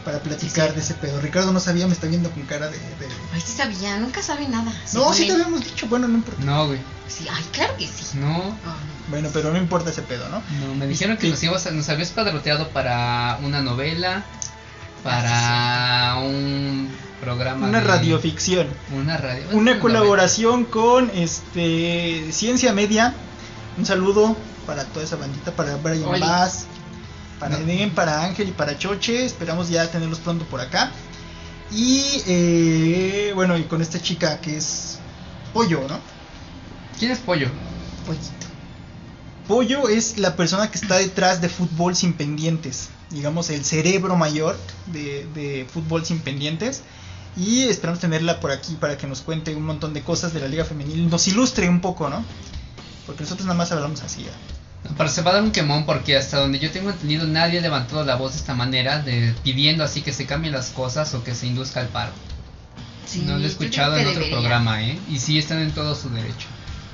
para platicar de ese pedo. Ricardo no sabía, me está viendo con cara de... de-
Ay, sí sabía, nunca sabe nada.
No,
según
sí te
él.
habíamos dicho, bueno, no importa.
No, güey.
Sí, ay, claro que sí.
No,
Ah, no.
Bueno, pero no importa ese pedo, ¿no?
no, me dijeron que nos, ibas a- nos habías padroteado para una novela, para un programa.
Ah, Una
de-
radioficción.
Una radio.
Una
novela.
colaboración con este Ciencia Media. Un saludo para toda esa bandita, para Brian
Oli.
Bass, para
No.
Eden, para Ángel y para Choche. Esperamos ya tenerlos pronto por acá. Y eh, bueno, y con esta chica que es Pollo, ¿no?
¿Quién es Pollo?
Pollito.
Pollo es la persona que está detrás de Fútbol Sin Pendientes, digamos el cerebro mayor de, de Fútbol Sin Pendientes. Y esperamos tenerla por aquí para que nos cuente un montón de cosas de la Liga Femenil, nos ilustre un poco, ¿no? Porque nosotros nada más hablamos así. ya.
Pero se va a dar un quemón porque hasta donde yo tengo entendido nadie ha levantado la voz de esta manera, de, pidiendo así que se cambien las cosas o que se induzca el paro.
Sí,
no lo he
yo
escuchado en
digo que
otro
debería.
programa, ¿eh? Y sí están en todo su derecho.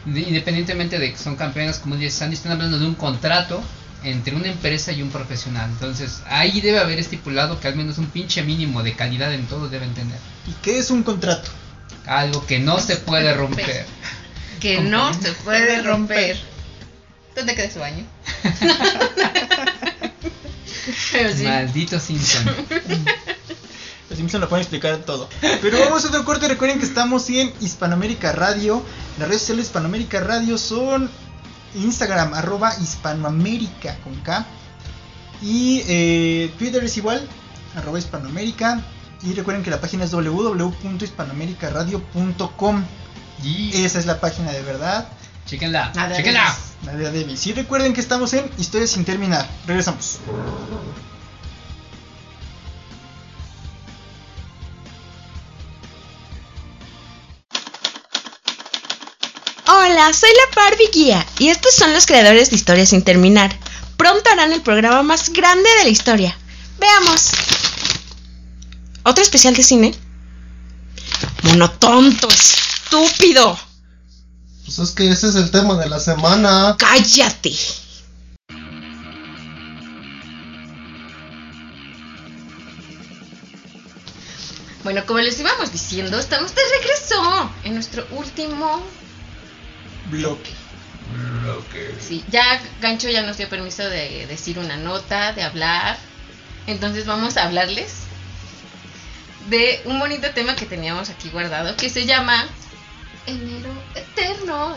De- Independientemente de que son campeonas, como dice Sandy, están hablando de un contrato entre una empresa y un profesional. Entonces, ahí debe haber estipulado que al menos un pinche mínimo de calidad en todo deben tener.
¿Y qué es un contrato?
Algo que no se puede romper.
Que
Ok.
no se puede romper. ¿Dónde queda su baño? Pero Pues sí.
Maldito Simpson.
Los Simpson lo pueden explicar todo. Pero vamos a otro corte. Recuerden que estamos en Hispanoamérica Radio. Las redes sociales de Hispanoamérica Radio son Instagram, arroba Hispanoamérica con K. Y eh, Twitter es igual, arroba Hispanoamérica. Y recuerden que la página es www.hispanoamericaradio.com.
Y
Esa es la página de verdad.
chéquenla,
A ver,
chéquenla.
La de Davis. Y recuerden que estamos en Historias sin terminar. Regresamos.
Hola, soy la Barbie Guía y estos son los creadores de Historia sin terminar. Pronto harán el programa más grande de la historia. Veamos. ¿Otro especial de cine? Monotonto, estúpido.
Pues es que ese es el tema de la semana.
Cállate.
Bueno, como les íbamos diciendo, estamos de regreso en nuestro último
Bloque.
Ok.
Sí, ya Gancho ya nos dio permiso de decir una nota, de hablar. Entonces vamos a hablarles de un bonito tema que teníamos aquí guardado que se llama Enero Eterno.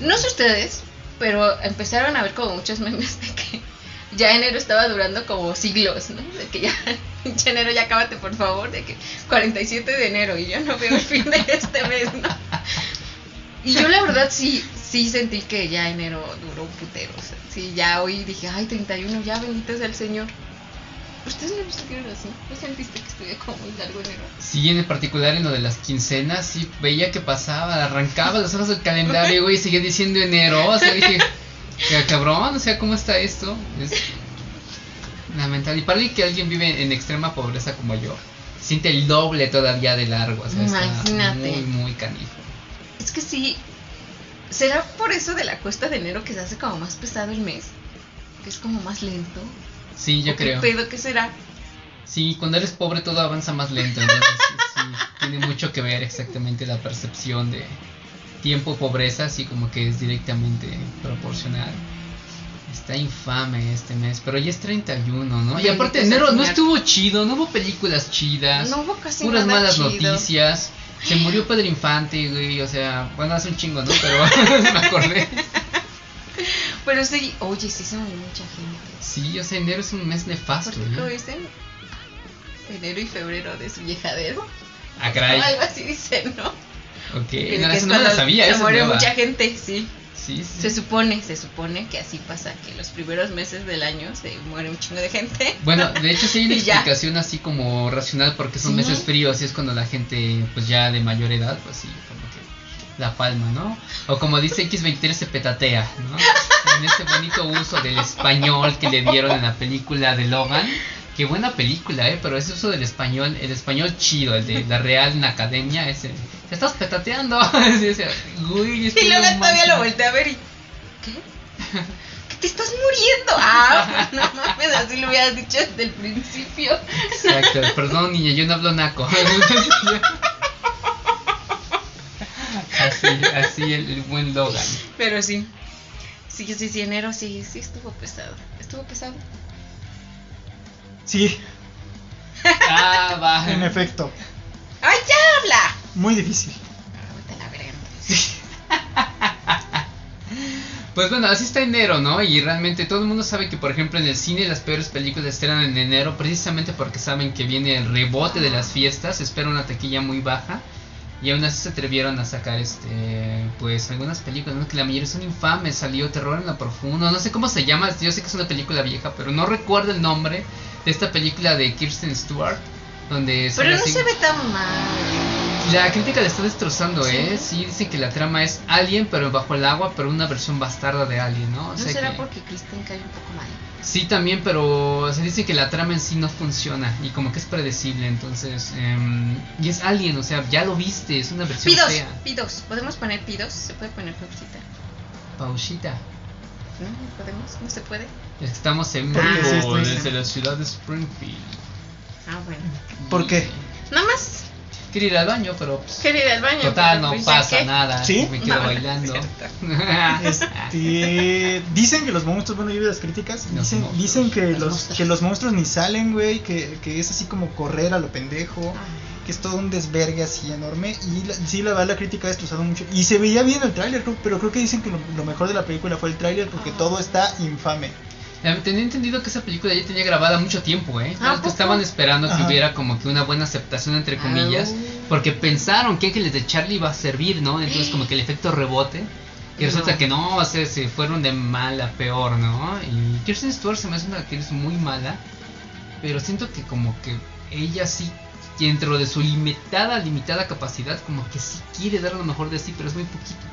No sé ustedes, pero empezaron a ver como muchos memes de que ya enero estaba durando como siglos, ¿no? De que ya, pinche enero, ya cábate por favor, de que 47 de enero y yo no veo el fin de este mes, ¿no? Y yo la verdad sí, sí sentí que ya enero duró un putero. o sea, sí, ya hoy dije, ay, 31, ya bendito sea el Señor. ¿Ustedes no lo sintieron así? ¿No sentiste que estuve como muy largo enero?
Sí, en particular en lo de las quincenas, sí, veía que pasaba, arrancaba las hojas del calendario, güey, y seguía diciendo enero, o sea, dije, "Ca- cabrón, o sea, ¿cómo está esto? Es lamentable. Y para alguien que alguien vive en extrema pobreza como yo, siente el doble todavía de largo, o sea, está
Imagínate.
muy, muy canijo.
Es que sí. ¿Será por eso de la cuesta de enero que se hace como más pesado el mes? Que es como más lento.
Sí, yo
¿O
creo.
¿Qué pedo que será?
Sí, cuando eres pobre todo avanza más lento, entonces sí, sí, tiene mucho que ver exactamente la percepción de tiempo pobreza, así como que es directamente proporcional. Está infame este mes, pero ya es 31, ¿no? Y
Bendito
aparte
sea el
enero no
Señor.
estuvo chido, no hubo películas chidas,
No hubo casi
puras
nada
malas
chido.
noticias. Se murió Pedro Infante, güey, o sea, bueno, hace un chingo, ¿no? Pero me acordé.
Pero sí, oye, sí se murió mucha gente.
Sí, o sea, enero es un mes nefasto,
¿Por qué lo
Ah, ¿no?
dicen? Enero y febrero de su viejadero.
Ah, caray.
O algo así dicen, ¿no?
Ok,
Que-
Eh, no,
que
eso
es
no me lo
cuando
sabía,
Se
eso es
murió
nueva.
mucha gente, sí.
Sí, sí.
Se supone, se supone que así pasa, que los primeros meses del año se muere un chingo de gente.
Bueno, de hecho sí hay una
Y ya.
explicación así como racional porque son
Sí.
meses fríos y es cuando la gente pues ya de mayor edad pues sí como que la palma, ¿no? O como dice X23 se petatea, ¿no? En ese bonito uso del español que le dieron en la película de Logan. Qué buena película, ¿eh? Pero ese uso del español, el español chido, el de la Real en la Academia, ese... Te estás petateando. Sí, o sea, güey, es que
Y
no
luego todavía
manches.
lo volteé a ver y. ¿Qué? ¿Que te estás muriendo? Ah, no mames, así lo hubieras dicho desde el principio.
Exacto, perdón niña, yo no hablo naco. así, así el, el buen Logan.
Pero sí. Sí, sí, sí, enero sí, sí estuvo pesado. Estuvo pesado.
Sí,
Ah, va.
en efecto.
¡Ay, ya habla! Ah,
Muy difícil.
Vete a la verga.
Pues bueno, así está enero, ¿no? Y realmente todo el mundo sabe que, por ejemplo, en el cine las peores películas estrenan en enero precisamente porque saben que viene el rebote de las fiestas, espera una taquilla muy baja. Y aún así se atrevieron a sacar este pues algunas películas, ¿no? que la mayoría son infames, salió Terror en lo profundo, no sé cómo se llama, yo sé que es una película vieja, pero no recuerdo el nombre de esta película de Kirsten Stewart, donde
Pero
sale
no
así-
se ve tan mal.
la crítica la está destrozando, ¿eh? Sí, dicen que la trama es Alien, pero bajo el agua, pero una versión bastarda de Alien, ¿no? O
¿No
sea
será
que-
porque Kristen cae un poco mal?
Sí, también, pero se dice que la trama en sí no funciona y como que es predecible, entonces... em, y es Alien, o sea, ya lo viste, es una versión
Pidos,
fea.
pidos. ¿Podemos poner pidos? ¿Se puede poner pausita?
Pausita.
No, no podemos, no se puede.
Es que Estamos en
¿Por qué
vivo
hiciste eso?
desde la ciudad de Springfield.
Ah, bueno.
¿Por qué?
Nada más
Quiero ir al baño, pero... pues,
quería ir al baño.
total,
pero
no
pues ya
pasa
qué.
nada.
¿Sí?
Me quedo
No, no es
bailando. Ah.
Este, dicen que los monstruos, bueno, yo vi las críticas,
Los
dicen,
monstruos,
dicen que,
los
los,
monstruos.
que los monstruos ni salen, güey, que, que es así como correr a lo pendejo,
Ah.
que es todo un desvergue así enorme. Y la- sí, la verdad, la crítica ha destrozado mucho. Y se veía bien el tráiler, creo- pero creo que dicen que lo, lo mejor de la película fue el tráiler porque
Ah.
todo está infame.
Ya, Tenía entendido que esa película ya tenía grabada mucho tiempo, ¿eh?
Ah,
Es que
¿poco?
estaban esperando que
Ajá.
hubiera como que una buena aceptación, entre
Ah,
comillas,
oh.
porque pensaron que Ángeles de Charlie iba a servir, ¿no? Entonces como que el efecto rebote. Y resulta
No.
que no, o sea, se fueron de mal a peor, ¿no? Y Kirsten Stewart se me hace una actriz muy mala, pero siento que como que ella sí, dentro de su limitada, limitada capacidad, como que sí quiere dar lo mejor de sí, pero es muy poquito.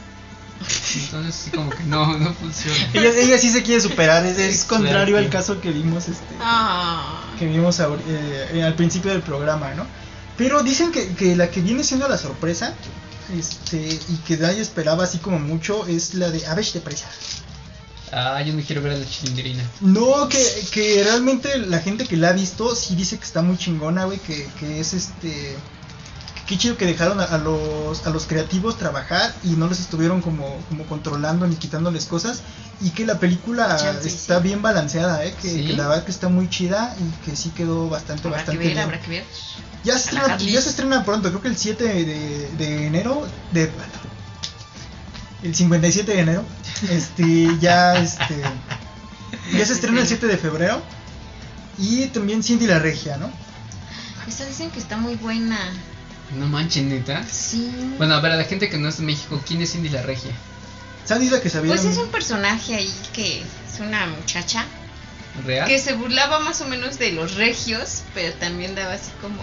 Entonces sí como que no, no funciona.
Ella, ella sí se quiere superar, es, es
Exacto.
contrario al caso que vimos este.
Ah.
que vimos ahor- eh, al principio del programa, ¿no? Pero dicen que, que la que viene siendo la sorpresa este, y que nadie esperaba así como mucho es la de Aves de Presa.
Ah, yo no quiero ver a la chilindrina.
No, que, que realmente la gente que la ha visto sí dice que está muy chingona, güey, que, que es este... qué chido que dejaron a, a los, a los creativos trabajar y no les estuvieron como, como controlando ni quitándoles cosas. Y que la película
Chance,
está
sí.
bien balanceada, ¿eh? que,
Sí.
que la verdad que está muy chida y que sí quedó bastante,
Habrá que
bastante
ver,
bien.
habrá que ver.
Ya se, estrena,
Trabajarle.
ya se estrena pronto, creo que el 7 de, de enero, de... El 57 de enero, este, ya este... Ya se estrena el 7 de febrero. Y también Cindy la Regia, ¿no?
Esta dicen que está muy buena.
No manches, neta.
Sí.
Bueno, a ver, a la gente que no es de México, ¿quién es Cindy la Regia?
Sandy es la que sabía...
Pues es un personaje ahí que es una muchacha
¿Real?
que se burlaba más o menos de los regios, pero también daba así como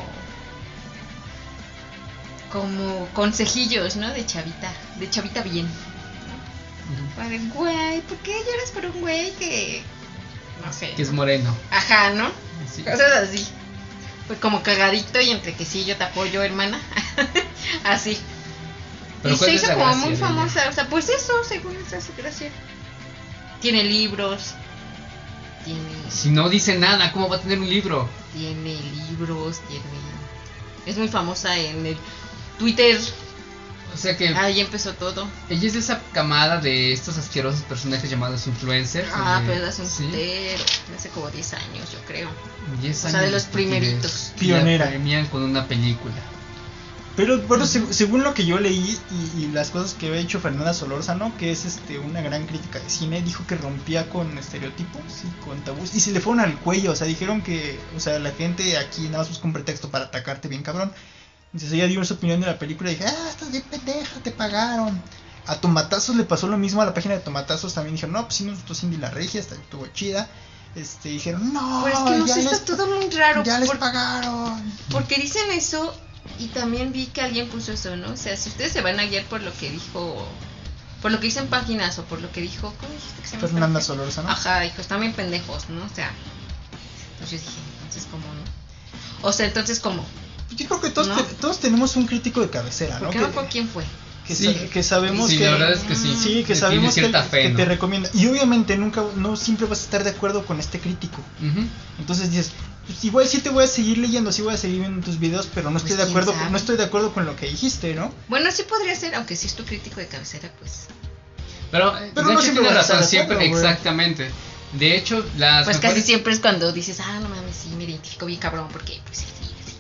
como consejillos, ¿no? De chavita, de chavita bien.
Ujú.
Para el güey, ¿por qué lloras por un güey que no sé?
Que es moreno.
Ajá, ¿no?
Sí.
Cosas así. Pues como cagadito y entre que sí, yo te apoyo, hermana. así.
Pero
y
¿cuál
se
es
hizo
la
como
gracia
muy
de ella?
famosa. O sea, pues eso, según esa su gracia. Tiene libros. Tiene,
Si no dice nada, ¿cómo va a tener un libro?
tiene libros, tiene... Es muy famosa en el Twitter.
O sea que
Ahí empezó todo.
ella es de esa camada de estos asquerosos personajes llamados influencers.
Ah,
donde-
pero hace un
sí,
Twitter, hace como 10 años, yo creo.
10
o sea, de
años
los
que
primeritos.
tienes. Y la
Pionera.
premian con una película.
Pero bueno, seg- según lo que yo leí y, y las cosas que había hecho Fernanda Solórzano, que es este una gran crítica de cine, dijo que rompía con estereotipos y con tabús y se le fueron al cuello, o sea, dijeron que, o sea, la gente aquí nada más busca un pretexto para atacarte bien cabrón. Entonces ella dio su opinión de la película y dije, ah, estás bien pendeja, te pagaron. A Tomatazos le pasó lo mismo a la página de Tomatazos, también dijeron, no, pues sí, nos gustó Cindy la Regia, está, estuvo chida. Este, dijeron, no,
Pues es que no
ya
sé,
les
está todo muy raro.
ya les
por-
pagaron.
Porque dicen eso y también vi que alguien puso eso, ¿no? O sea, si ustedes se van a guiar por lo que dijo, por lo que dicen páginas o por lo que dijo, ¿cómo dijiste que se llama?
Fernanda Solórzano.
Ajá, dijo, están bien pendejos, ¿no? O sea, entonces yo dije, entonces cómo no. O sea, entonces cómo.
Pues Yo creo que todos,
¿No?
te- todos tenemos un crítico de cabecera, Ah, ¿no?
Porque
Que,
no con quién fue.
que
Sí.
sa- que sabemos
Sí,
que...
la verdad es que sí.
Mm.
Sí, que
Le
sabemos que,
tiene cierta fe,
que
¿no?
te recomienda. Y obviamente nunca, no siempre vas a estar de acuerdo con este crítico.
Ujú.
Entonces dices, pues igual sí te voy a seguir leyendo, sí voy a seguir viendo tus videos, pero no
Pues
estoy de
quién
acuerdo,
sabe.
no estoy de acuerdo con lo que dijiste, ¿no?
Bueno, sí podría ser, aunque si es tu crítico de cabecera, pues.
Pero,
Pero
de
no
hecho
siempre
tiene
vas a estar
razón,
de
siempre,
acuerdo, güey.
exactamente. De hecho, las
Pues casi
mejores-
siempre es cuando dices, ah, no mames, sí, me identifico bien cabrón, porque pues sí, sí, sí.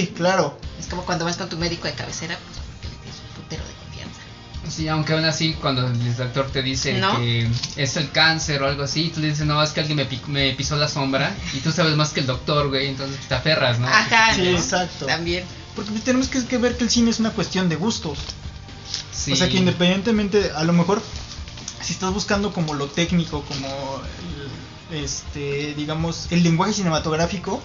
Sí, claro.
Es como cuando vas con tu médico de cabecera, pues porque le tienes un putero de confianza.
Sí, aunque aún así, cuando el doctor te dice
¿No?
que es el cáncer o algo así, tú le dices, no, es que alguien me, pic- me pisó la sombra y tú sabes más que el doctor, güey, entonces te aferras, ¿no?
Ajá,
Sí,
¿no?
exacto.
También.
Porque pues tenemos que, que ver que el cine es una cuestión de gustos.
Sí.
O sea que independientemente, a lo mejor, si estás buscando como lo técnico, como el, este, digamos, el lenguaje cinematográfico,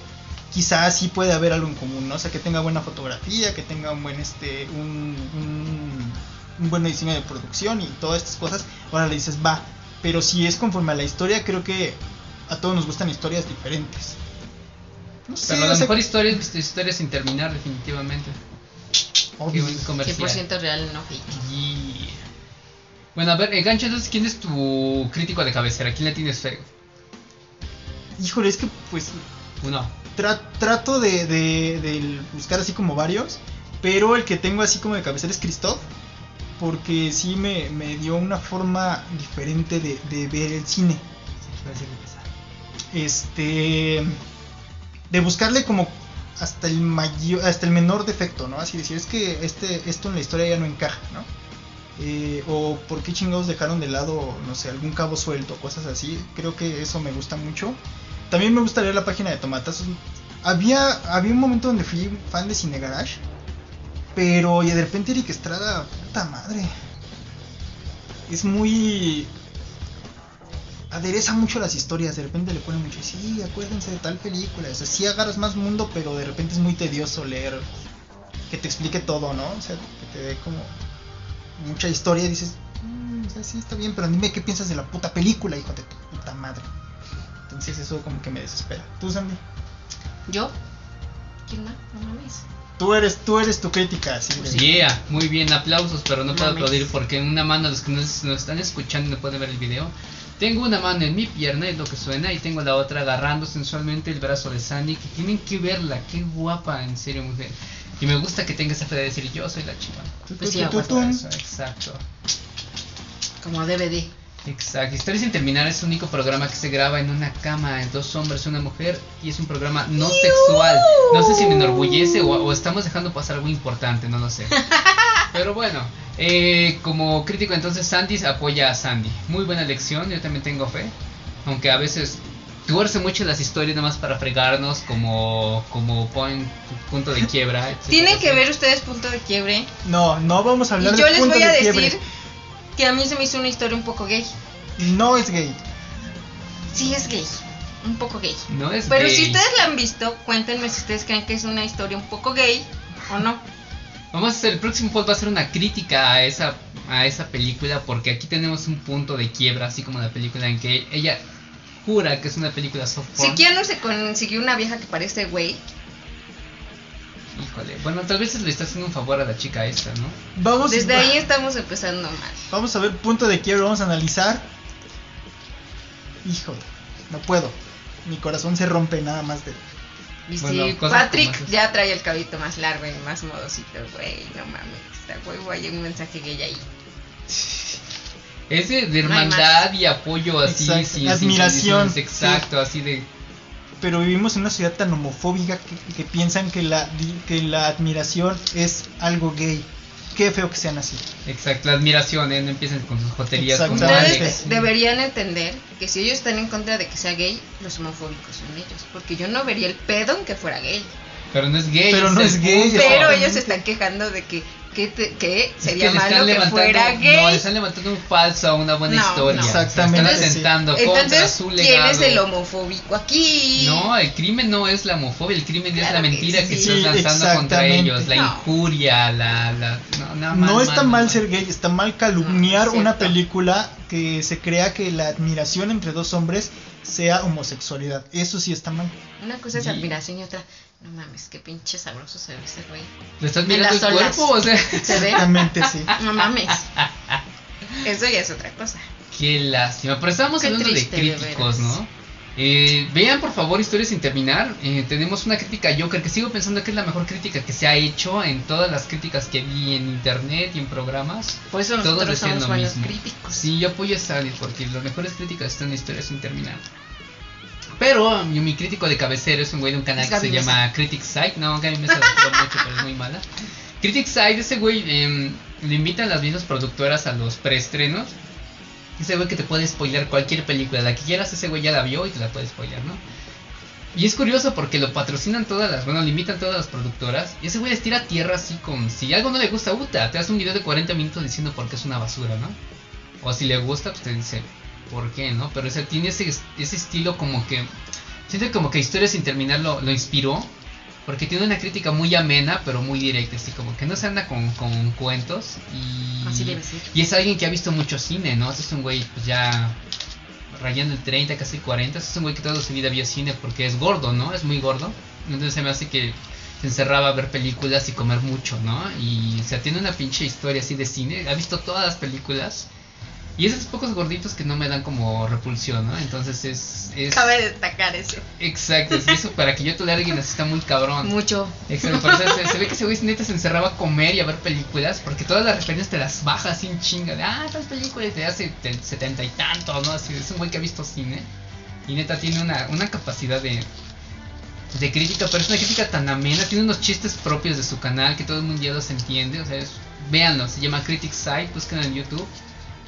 quizás sí puede haber algo en común, ¿no? O sea que tenga buena fotografía, que tenga un buen este, un, un, un buen diseño de producción y todas estas cosas. Ahora le dices, va. Pero si es conforme a la historia, creo que a todos nos gustan historias diferentes. No sé,
Pero la
o sea,
mejor historia es historia sin terminar, definitivamente. Qué
obvio.
buen comercial.
100% real, no fake.
Yeah. Bueno, a ver, eh, Gancho, entonces, ¿quién es tu crítico de cabecera? ¿Quién le tienes fe?
Híjole, es que pues
Uno.
Tra- trato de, de- de buscar así como varios, pero el que tengo así como de cabecera es Christoph, porque sí me, me dio una forma diferente de, de ver el cine. Este. De buscarle como hasta el mayor, hasta el menor defecto, ¿no? Así decir, es que este, esto en la historia ya no encaja, ¿no? Eh, o por qué chingados dejaron de lado, no sé, algún cabo suelto, cosas así. Creo que eso me gusta mucho. También me gusta leer la página de Tomatazos. Había, había un momento donde fui fan de Cine Garage, pero y de repente Eric Estrada, puta madre. Es muy. Adereza mucho las historias, de repente le pone mucho, sí, acuérdense de tal película. O sea, sí agarras más mundo, pero de repente es muy tedioso leer que te explique todo, ¿no? O sea, que te dé como mucha historia y dices, "Mm, o sea, sí está bien, pero dime qué piensas de la puta película, hijo de tu puta madre. Entonces eso como que me desespera. Tú, Sandy.
¿Yo? ¿Quién más? No mames.
Tú eres, tú eres tu crítica, así
Pues
de-
Pues Yeah, muy bien, aplausos, pero no puedo
Mames.
aplaudir porque en una mano, los que nos, nos están escuchando y no pueden ver el video, tengo una mano en mi pierna, es lo que suena, y tengo la otra agarrando sensualmente el brazo de Sandy, que tienen que verla, qué guapa, en serio, mujer. Y me gusta que tenga esa fe de decir yo soy la chingona.
Pues sí,
Tú, tú,
aguanta.
tú, eso, Exacto.
Como DVD.
Exacto. Historia sin terminar es el único programa que se graba en una cama, de dos hombres, una mujer, y es un programa no sexual. No sé si me enorgullece o, o estamos dejando pasar algo importante, no lo sé. Pero bueno, eh, como crítico entonces Sandy apoya a Sandy. Muy buena elección, yo también tengo fe. Aunque a veces tuerce mucho las historias nada más para fregarnos como, como point- punto de quiebra. etcétera,
Tienen que
etcétera.
ver ustedes punto de quiebre.
No, no vamos a hablar
Y
de
yo les
punto
voy a
de
decir
quiebre.
que a mí se me hizo una historia un poco gay.
No es gay.
Sí es gay, un poco gay.
No es
Pero
gay.
si ustedes la han visto, cuéntenme si ustedes creen que es una historia un poco gay o no.
Vamos a hacer, el próximo pod va a ser una crítica a esa, a esa película porque aquí tenemos un punto de quiebra, así como la película en que ella jura que es una película soft porn.
Siquiano se consiguió una vieja que parece güey.
Híjole, bueno, tal vez le está haciendo un favor a la chica esta, ¿no?
Vamos,
Desde ahí estamos empezando mal.
vamos a ver punto de quiebre, vamos a analizar. Híjole, no puedo. Mi corazón se rompe nada más de.
Y
Bueno,
si
cosas
Patrick
como esas.
ya trae el cabito más largo y más modosito, güey, no mames, está huevo, hay un mensaje gay ahí.
Es de, de
No hay
hermandad y apoyo así,
Exacto,
sin- sin
admiración,
condiciones, exacto, así de...
Pero vivimos en una ciudad tan homofóbica que, que piensan que la, que la admiración es algo gay. Qué feo que sean así.
Exacto, la admiración, ¿eh? No empiecen con sus joterías
Exacto.
como
Ustedes
Alex.
sí.
Deberían entender que si ellos están en contra de que sea gay, los homofóbicos son ellos. Porque yo no vería el pedo en que fuera gay.
Pero no es gay.
Pero
es
no
el
es gay,
punto.
Pero
Exactamente.
ellos se están quejando de que, que, te- que
Es
sería
le están
malo que
levantando-
fuera
No, le
gay.
están levantando un falso a una buena
No,
historia.
no.
Exactamente,
Están
sí.
atentando contra
Entonces,
su
¿quién
legado.
es el homofóbico aquí?
No, el crimen no es la homofobia, el crimen es
Claro
la
que
mentira que,
sí.
estás
Sí,
lanzando contra
exactamente.
ellos, la
No.
injuria, la... la no, nada
no
mal,
está mal,
mal. Ah,
ser gay, está mal calumniar
No, es
una
cierto.
película que se crea que la admiración entre dos hombres sea homosexualidad. Eso sí está mal.
Una cosa es
Y-
admiración y otra, no mames, qué pinche sabroso se ve ese güey.
Le estás
En
mirando
las
el
olas.
cuerpo, o sea...
¿Se ve?
Exactamente, sí.
No mames. Eso ya es otra cosa.
Qué lástima, pero estábamos
Qué
hablando
triste, de
de críticos,
veras.
¿no? Eh, vean por favor historias sin terminar. Eh, tenemos una crítica a Joker que sigo pensando que es la mejor crítica que se ha hecho en todas las críticas que vi en internet y en programas.
Por eso
Todos
nosotros
decían
somos
lo
buenos
mismo.
críticos.
Sí, yo apoyo a Sally porque las mejores críticas están en historias sin terminar. Pero um, mi, mi crítico de cabecera es un güey de un canal
Es
que se
Gaby Mesa.
llama Critic Side. No, Gaby Mesa la quiero mucho, pero es muy mala. Critic Side, ese güey em, le invitan las mismas productoras a los preestrenos. Ese güey que te puede spoiler cualquier película, la que quieras, ese güey ya la vio y te la puede spoiler, ¿no? Y es curioso porque lo patrocinan todas las, bueno, limitan todas las productoras. Y ese güey les tira tierra así con, si algo no le gusta, puta, te hace un video de 40 minutos diciendo por qué es una basura, ¿no? O si le gusta, pues te dice, ¿por qué, no? Pero o sea, tiene ese, ese estilo como que, siento como que Historia sin terminar lo, lo inspiró. Porque tiene una crítica muy amena, pero muy directa, así como que no se anda con, con cuentos. Y
Así debe ser.
y es alguien que ha visto mucho cine, ¿no? Este es un güey pues, ya rayando el 30, casi el 40. Este es un güey que toda su vida vio cine porque es gordo, ¿no? Es muy gordo. Entonces se me hace que se encerraba a ver películas y comer mucho, ¿no? Y o sea, tiene una pinche historia así de cine. Ha visto todas las películas. Y esos pocos gorditos que no me dan como repulsión, ¿no? Entonces es... es
Cabe destacar eso.
exacto, es eso para que yo tolere a alguien así está muy cabrón.
Mucho.
Exacto, por eso se, se ve que ese güey neta se encerraba a comer y a ver películas, porque todas las referencias te las baja sin chinga, de, ah, estas películas de hace te- setenta y tanto, ¿no? Así, es un güey que ha visto cine, y neta tiene una, una capacidad de, de crítica, pero es una crítica tan amena, tiene unos chistes propios de su canal, que todo el mundo ya los entiende, o sea, es, véanlo, se llama Critic Side, búsquenlo en YouTube.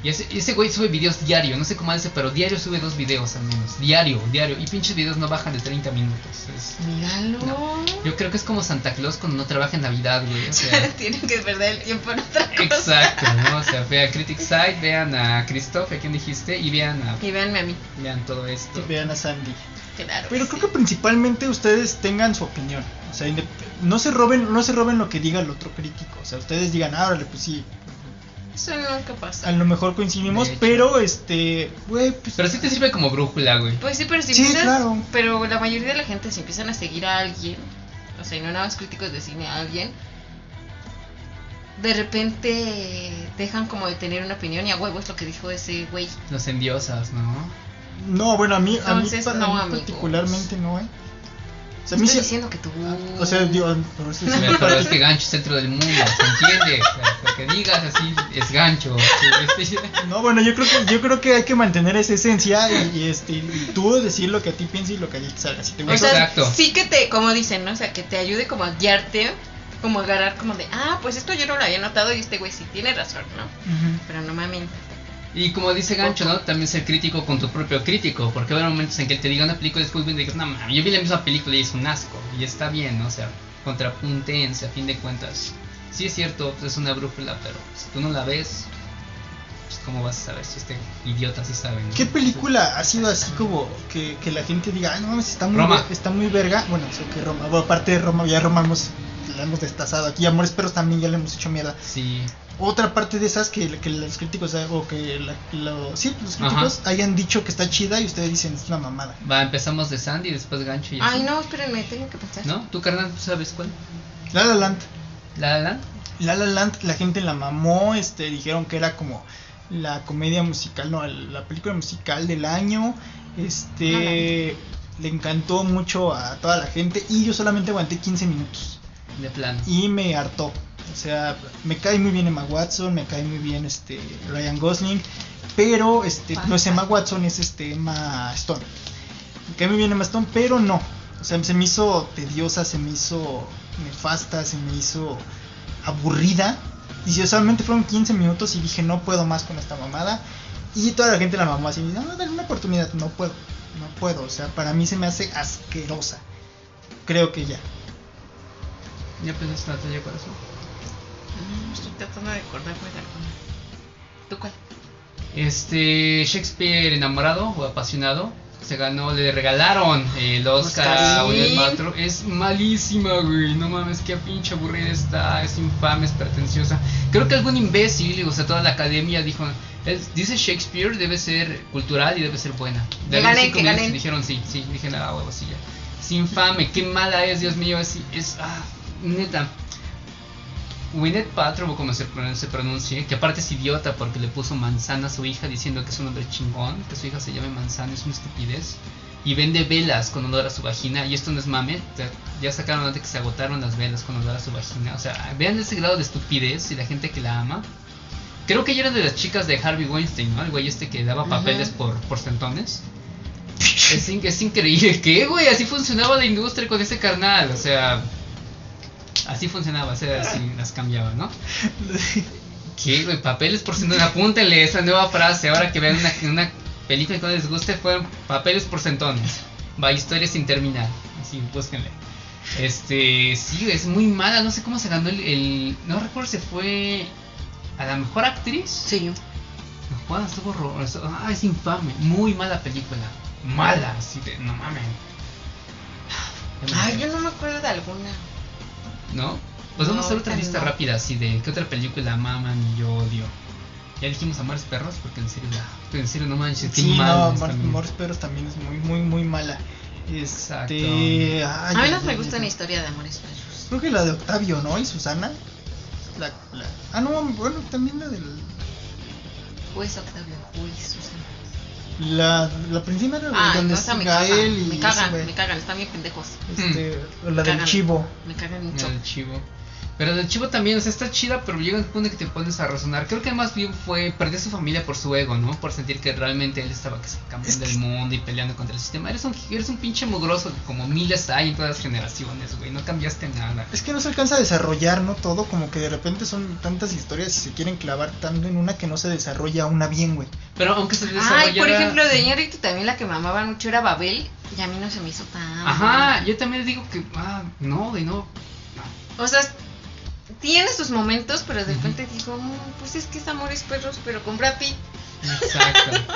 Y ese, ese güey sube videos diario, no sé cómo hace, pero diario sube dos videos al menos. Diario, diario. Y pinches videos no bajan de 30 minutos. Es,
Míralo.
yo creo que es como Santa Claus cuando no trabaja en Navidad, güey. O sea,
Tienen que perder el tiempo en otra cosa.
exacto, ¿no? O sea, vean Critic Side, vean a Christoph, a quien dijiste, y vean a,
Y véanme a mí.
vean todo esto.
Y vean a Sandy.
Claro.
Pero creo
sí.
que principalmente ustedes tengan su opinión. O sea, indep- no se roben, no se roben lo que diga el otro crítico. O sea, ustedes digan, ah, órale, pues sí,
Eso nunca
a
pasa.
lo mejor coincidimos,
De hecho.
pero este, güey, pues
Pero sí te sirve como brújula, güey.
Pues sí, pero si
Sí,
empiezas-
claro.
Pero la mayoría de la gente, si empiezan a seguir a alguien, o sea, y no nada más críticos de cine, a alguien, de repente dejan como de tener una opinión y a huevo es lo que dijo ese güey.
Los endiosas, ¿no?
no, bueno, a mí, a mí,
Entonces,
pa- a
no,
mí
amigos.
particularmente no, ¿eh?
sea, a mí
Estoy
sí-
diciendo que tú.
o sea, digo, no, estoy diciendo-
Pero este gancho es centro del mundo, ¿se entiende? O sea, lo que digas así es gancho. Sí, este-
No, bueno, yo creo que yo creo que hay que mantener esa esencia y, y, este y tú decir lo que a ti piensas y lo que a ti te salga. Si te
O
gusta,
sea, sí que te, como dicen, ¿no? O sea, que te ayude como a guiarte, como a agarrar como de, ah, pues esto yo no lo había notado y este güey sí tiene razón, ¿no? Pero no mames.
Y como dice Gancho, ¿no? También ser crítico con tu propio crítico, porque habrá momentos en que te digan una película y después ven y digas, no mames, yo vi la misma película y es un asco, y está bien, ¿no? O sea, contrapuntense, a fin de cuentas. Sí es cierto, pues, es una brújula, pero si tú no la ves, pues cómo vas a saber si este idiota sí sabe, ¿no?
¿Qué película ha sido así como que, que la gente diga, ay, no mames, está muy,
Roma.
ver- está muy verga? Bueno, sé que Roma, bueno, aparte de Roma, ya Roma hemos, la hemos destazado aquí, Amores Perros también ya le hemos hecho mierda.
Sí.
Otra parte de esas que, que los críticos, eh, o que la- lo- sí, los críticos hayan dicho que está chida y ustedes dicen, es una mamada.
Va, empezamos de Sandy y después Gancho y así.
Ay, no, espérenme, tengo que pensar.
¿No? ¿Tú, carnal, tú sabes cuál?
La La Land.
¿La La Land?
La La Land, la gente la mamó, este, dijeron que era como la comedia musical, no, el- la película musical del año, este, le encantó mucho a toda la gente y yo solamente aguanté 15 minutos
De plano.
y me hartó, o sea, me cae muy bien Emma Watson, me cae muy bien este Ryan Gosling, pero este, no es Emma Watson, es este Emma Stone, me cae muy bien Emma Stone, pero no, o sea, se me hizo tediosa, se me hizo nefasta, se me hizo aburrida. Y si solamente fueron 15 minutos y dije, no puedo más con esta mamada. Y toda la gente la mamó así, no, no, dale una oportunidad, no puedo, no puedo. O sea, para mí se me hace asquerosa. Creo que ya.
Ya pensaste en la talla de corazón.
Mm, Estoy tratando de acordarme de alguna. ¿Tú cuál?
Este Shakespeare enamorado o apasionado se ganó, le regalaron eh, el Oscar
Oscar,
a Gwyneth
sí.
Paltrow. Es malísima, güey. No mames, qué pinche aburrida está. Es infame, es pretenciosa. Creo que algún imbécil, o sea, toda la academia dijo: "Es- Dice Shakespeare, debe ser cultural y debe ser buena.
Que
De
ganen,
cinco
que
minutos
ganen.
y Dijeron sí, sí. Dije, ah, huevo, sí, ya. Es infame, qué mala es, Dios mío. Es, es ah, neta. Gwyneth Paltrow, como se pron- se pronuncie, que aparte es idiota porque le puso manzana a su hija diciendo que es un hombre chingón, que su hija se llame manzana, es una estupidez. Y vende velas con olor a su vagina, y esto no es mame, o sea, ya sacaron antes que se agotaron las velas con olor a su vagina. O sea, vean ese grado de estupidez y la gente que la ama. Creo que ella era de las chicas de Harvey Weinstein, ¿no? El güey este que daba papeles por, por centones. Es, in- es increíble. ¿Qué, güey? Así funcionaba la industria con ese carnal. O sea, así funcionaba. O sea, así las cambiaba, ¿no? ¿Qué, güey? Papeles por centones. Apúntenle esa nueva frase. Ahora que vean una, una película que no les guste, fueron papeles por centones. Va, historia sin terminar. Así, búsquenle. Este, sí, es muy mala. No sé cómo se ganó el. el- no recuerdo si fue. A la mejor actriz.
Sí.
No jodas, estuvo horror- estuvo- Ah, es infame. Muy mala película. Mala, así de. No mames.
Ay, yo no me acuerdo de alguna.
¿No? Pues vamos a hacer
No,
otra
ahorita
lista
no.
rápida, así de qué otra película maman y yo odio. Ya dijimos Amores Perros, porque en serio, la- en este serio no manches, qué
Sí,
mal
no,
está
Mar-
mi-
Amores Perros también es muy, muy, muy mala. Este,
Exacto.
ay,
A
ay,
menos me
ay,
gusta
ay.
una historia de amores falsos.
Creo que la de Octavio, ¿no? Y Susana. La, la- ah, no, bueno, también la del.
Pues Octavio, uy, Susana.
La, la principal era
Ah,
donde
no,
es
esa me
Gael
cagan.
y.
Me
ese
cagan,
güey.
me cagan, están bien pendejos.
Este, la del
Cagan,
chivo.
Me cagan
La
mucho.
del chivo. Pero del chivo también, o sea, está chida, pero llega un punto que te pones a razonar. Creo que más bien fue perder su familia por su ego, ¿no? Por sentir que realmente él estaba que se- cambiando el mundo y peleando contra el sistema. Eres un, eres un pinche mugroso, como miles hay en todas las generaciones, güey. No cambiaste nada.
Es que no se alcanza a desarrollar, ¿no? Todo, como que de repente son tantas historias y se quieren clavar tanto en una que no se desarrolla una bien, güey.
Pero aunque se desarrollara...
Ay, por ejemplo, de Iñárritu también la que me amaba mucho era Babel y a mí no se me hizo tan.
Ajá, yo también digo que... Ah, no, güey, no.
O sea, tiene sus momentos, pero de repente digo, "Mm, pues es que es Amores Perros, pero con Brad Pitt".
Exacto.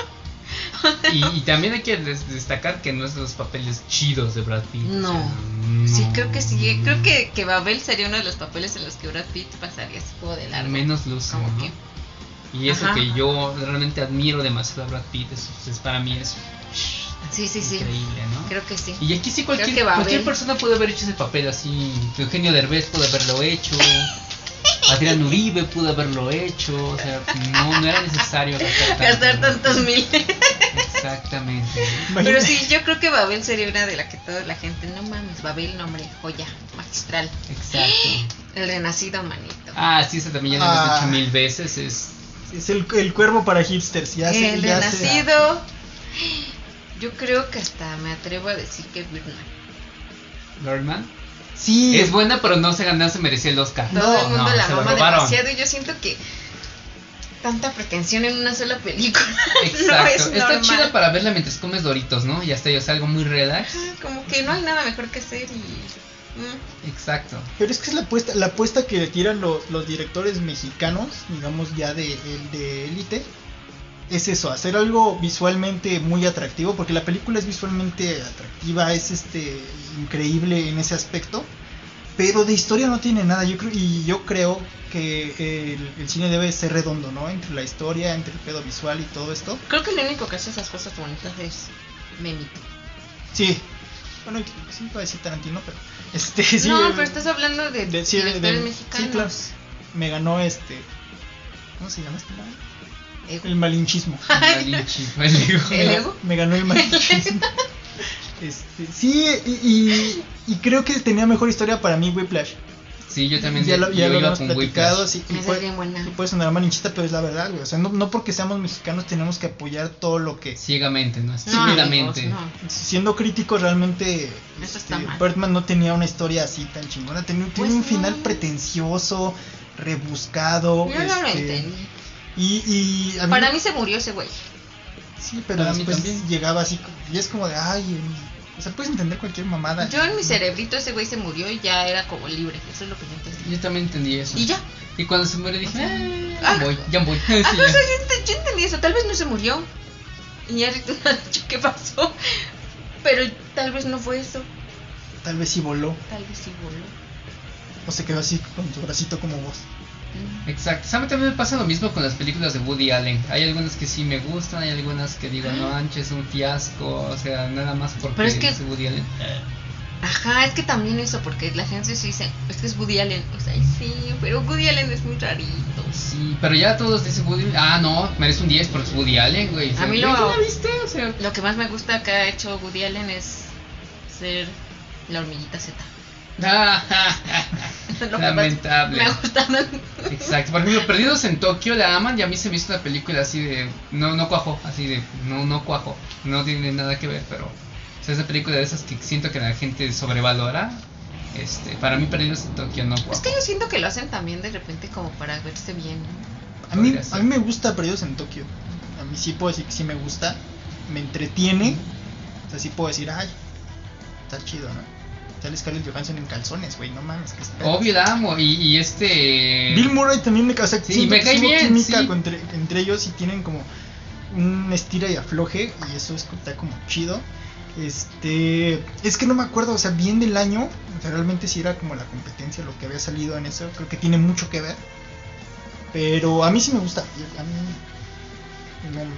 Y, y también hay que des- destacar que no es de los papeles chidos de Brad Pitt. o
No.
sea,
Sí,
no.
creo que sí. ¿eh? Creo que, que Babel sería uno de los papeles en los que Brad Pitt pasaría así como de
al
largo.
menos luce,
Como
¿no?
que-
Y eso
Ajá.
que yo realmente admiro demasiado a Brad Pitt, es, es- para mí es
Sí, sí, sí.
increíble, ¿no?
Creo que sí.
Y aquí sí
Creo que
cualquier,
Babel.
cualquier persona puede haber hecho ese papel así, Eugenio Derbez puede haberlo hecho, Adrián Uribe pudo haberlo hecho. O sea, no, no era necesario
Gastar tantos miles.
Exactamente.
Pero sí, yo creo que Babel sería una de la que toda la gente, no mames, Babel, nombre, joya, magistral.
Exacto.
El renacido, manito.
Ah, sí, ese también ya lo hemos
Ah.
dicho mil veces. Es
Es el, el cuervo para hipsters. Ya sé,
El
ya sé.
renacido. Yo creo que hasta me atrevo a decir que Birdman.
Birdman.
Sí.
Es buena, pero no se ganó, se merecía el Oscar.
Todo el mundo la
se lo
mama
robaron.
demasiado y yo siento que tanta pretensión en una sola película no es
Exacto. Está
normal.
chida para verla mientras comes doritos, ¿no? Y hasta yo algo muy relax.
Como que no hay nada mejor que hacer y... mm.
Exacto.
Pero es que es la apuesta, la apuesta que tiran los, los directores mexicanos, digamos ya de el de élite, es eso, hacer algo visualmente muy atractivo, porque la película es visualmente atractiva, es este increíble en ese aspecto, pero de historia no tiene nada. Yo creo, y yo creo que el, el cine debe ser redondo, ¿no? Entre la historia, entre el pedo visual y todo esto.
Creo que lo único que hace esas cosas bonitas es Memito.
Sí. Bueno, sí iba a decir Tarantino, pero este sí.
no,
eh,
pero estás hablando de,
de- sí, de-
directores
de-
mexicanos.
sí, claro. Me ganó este. ¿Cómo se llama este mal?
Ego.
El malinchismo.
El malinchismo, el ego.
¿El ego?
Me ganó el malinchismo. Este, sí, y, y, y creo que tenía mejor historia para mí Whiplash.
Sí, yo también
Ya lo, ya
yo
lo
iba
hemos
con
platicado.
Whiplash.
Sí, y
Esa es
puede,
bien buena.
y puede sonar malinchista, pero es la verdad, güey. O sea, no, no porque seamos mexicanos tenemos que apoyar todo lo que.
Ciegamente, ¿no?
No,
Estúpidamente.
amigos, no.
Siendo críticos, realmente. este,
Eso está mal.
Birdman no tenía una historia así tan chingona. Tenía, tiene
Pues
un
no.
final pretencioso, rebuscado.
Yo no lo
este,
entendí.
Y, y a mí
Para
me-
mí se murió ese güey.
Sí, pero
Para mí
después
también.
llegaba así y es como de, ay, em, o sea, puedes entender cualquier mamada.
Yo en mi cerebrito ese güey se murió y ya era como libre. Eso es lo que yo entendí.
Yo también entendí eso.
Y ya.
Y cuando se muere dije, "Ah,
Ah.
ya voy, ya voy. Sí,
Ah,
ya.
no, o sea, yo, ent- yo entendí eso. Tal vez no se murió. Y ya ahorita no ha dicho qué pasó. Pero tal vez no fue eso.
Tal vez sí voló
Tal vez sí voló.
o se quedó así con su bracito como vos.
Mm.
Exacto. ¿Saben? También me pasa lo mismo con las películas de Woody Allen. Hay algunas que sí me gustan, hay algunas que digo, no, Anche es un fiasco, o sea, nada más porque
Pero es que-
Woody Allen.
Ajá, es que también eso, porque la gente sí dice, es que es Woody Allen. O sea, sí, pero Woody Allen es muy rarito.
Sí, pero ya todos dicen Woody Ah, no, merece un 10 porque es Woody Allen, güey. O sea,
A mí
güey,
lo-
¿tú la viste? O sea,
Lo que más me gusta que ha hecho Woody Allen es ser la hormiguita Z.
ah, ah,
Lo que
ah,
más
lamentable.
Me ha gustado.
Exacto. Por ejemplo, Perdidos en Tokio la aman y a mí se me hizo una película así de. No, no cuajo, así de. No, no cuajo. No tiene nada que ver, pero. O sea, esa película de esas que siento que la gente sobrevalora. Este, para mí, Perdidos en Tokio no cuajo.
Es que yo siento que lo hacen también de repente como para verse bien. ¿no?
A mí,
Podría ser.
a mí me gusta Perdidos en Tokio. A mí sí puedo decir que sí me gusta, me entretiene. O sea, sí puedo decir, ay, está chido, ¿no? Sale Scarlett Johansson en calzones, güey, no mames, que espera.
Obvio, la amo. Y, y este.
Bill Murray también me, ca- o sea,
Sí,
siento
me
que
cae
sí hubo
bien,
química
sí.
con- entre, entre ellos y tienen como un estira y afloje y eso es- está como chido. Este, es que no me acuerdo, o sea, bien del año, o sea, realmente si era como la competencia lo que había salido en eso, creo que tiene mucho que ver. Pero a mí sí me gusta, y a mí no, no-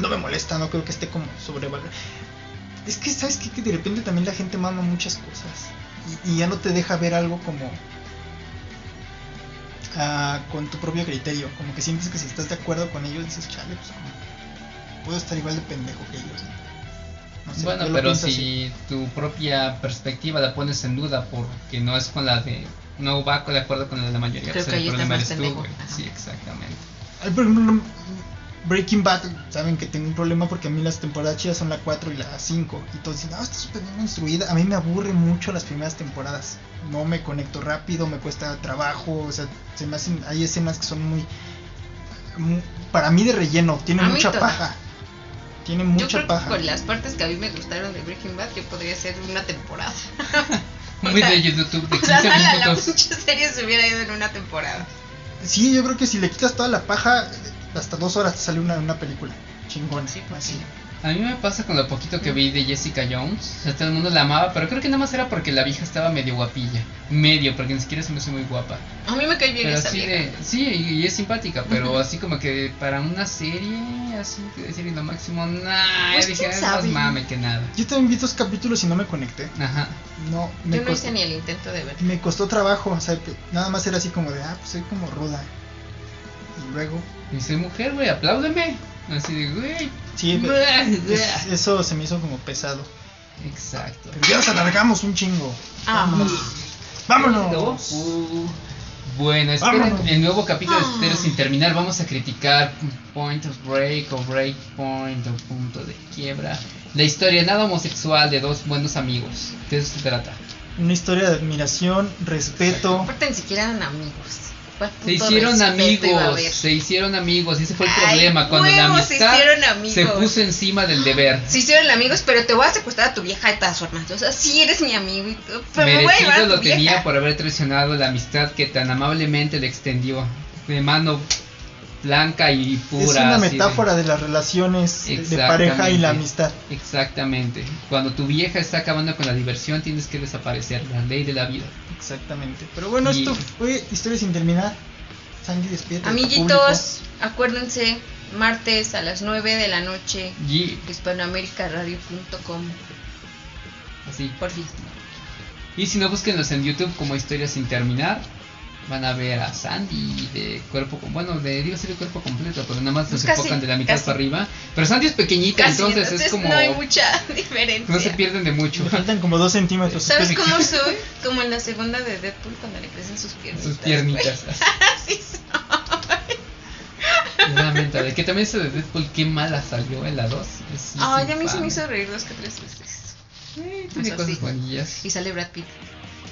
no me molesta, no creo que esté como sobrevalorado. Es que sabes qué? que de repente también la gente mama muchas cosas y, y ya no te deja ver algo como ah, con tu propio criterio. Como que sientes que si estás de acuerdo con ellos, dices, chale, pues como, puedo estar igual de pendejo que ellos. No sé,
Bueno,
yo lo
pero
pienso
si
así.
tu propia perspectiva la pones en duda porque no es con la de. No va de acuerdo con la de la mayoría.
Creo
pues
que ahí
el
estás
problema
más
eres tú,
pendejo.
güey.
Ajá.
Sí, exactamente.
Ay, por ejemplo, Breaking Bad, saben que tengo un problema porque a mí las temporadas chidas son la 4 y la 5. Y todos dicen, ah, está súper bien construida. A mí me aburre mucho las primeras temporadas. No me conecto rápido, me cuesta trabajo. O sea, se me hacen, hay escenas que son muy. mu- para mí de relleno, tiene
A mí
mucha
todas.
paja. Tiene
yo creo
mucha
que
paja.
con las partes que a mí me gustaron de Breaking Bad, yo podría hacer una temporada.
Un
O sea,
video de YouTube de
O sea,
15
la, la,
minutos.
mucha serie se hubiera ido en una temporada.
Sí, yo eh, creo que si le quitas toda la paja, hasta dos horas te sale una, una película chingona.
Sí,
así.
sí.
A mí me pasa con lo poquito que vi de Jessica Jones. O sea, todo el mundo la amaba, pero creo que nada más era porque la vieja estaba medio guapilla. Medio, porque ni siquiera se me hace muy guapa.
A mí me cae bien
Pero
esa
así
vieja.
de- sí, y, y es simpática, pero
Ujú.
así como que para una serie, así que serie lo máximo, nah,
Pues,
dije,
¿quién
"Es más
sabe?"
mame que nada.
Yo también vi dos capítulos y no me conecté.
Ajá.
No, me
Yo no
costó,
hice ni el intento de verla.
me costó trabajo. O sea, que nada más era así como de, ah, pues soy como ruda. Y luego.
Y soy mujer, güey, apláudeme. Así de, güey.
Sí,
bleh, bleh".
es- eso se me hizo como pesado.
Exacto.
Pero ya nos alargamos un chingo.
Ah.
¡Vámonos!
Uh, Bueno, esperen
Vámonos.
el nuevo capítulo de
Ah.
Estero sin terminar. Vamos a criticar Point of Break o Break Point o Punto de Quiebra. La historia nada homosexual de dos buenos amigos. De eso se trata.
Una historia de admiración, respeto.
Aparte ni siquiera eran amigos. ¿Cuál puto
Se hicieron
respeto iba a
amigos,
haber?
se hicieron amigos, ese fue el
Ay,
problema, cuando la
huevos, se
amistad
hicieron amigos.
se puso encima del deber.
Se hicieron amigos, pero te voy a secuestrar a tu vieja de todas formas. O sea, sí eres mi amigo y todo, pero Pues me voy a llevar a
Merecido
tu
lo
vieja.
tenía por haber traicionado la amistad que tan amablemente le extendió de mano blanca y pura.
Es una
así de-
metáfora de las relaciones de pareja y la amistad.
Exactamente. Cuando tu vieja está acabando con la diversión, tienes que desaparecer, la ley de la vida.
Exactamente. Pero bueno,
Y-
esto fue Historia sin terminar. Sandy, despídete. de tu
Amiguitos, acuérdense, martes a las 9 de la noche,
Y
hispanoamericaradio.com,
así.
por fin.
Y si no, búsquenlos en YouTube como Historia sin terminar. Van a ver a Sandy de cuerpo com- bueno, de digo ser de cuerpo completo, pero nada más
Pues
se
casi,
enfocan de la mitad
casi.
para arriba. Pero Sandy es pequeñita,
Casi,
entonces, es como
no hay mucha diferencia.
no se pierden de
público.
mucho.
Me faltan como dos centímetros.
¿Sabes
espérenme.
cómo soy? Como en la segunda de Deadpool cuando le crecen sus piernitas.
Sus piernitas.
Así soy.
Lamentable. Que también se de Deadpool, qué mala salió en la 2. Es
Ay, a mí se me
infame.
hizo pues reír dos que tres veces.
Eh, Tiene
Eso
cosas
sí.
buenillas.
Y sale Brad Pitt.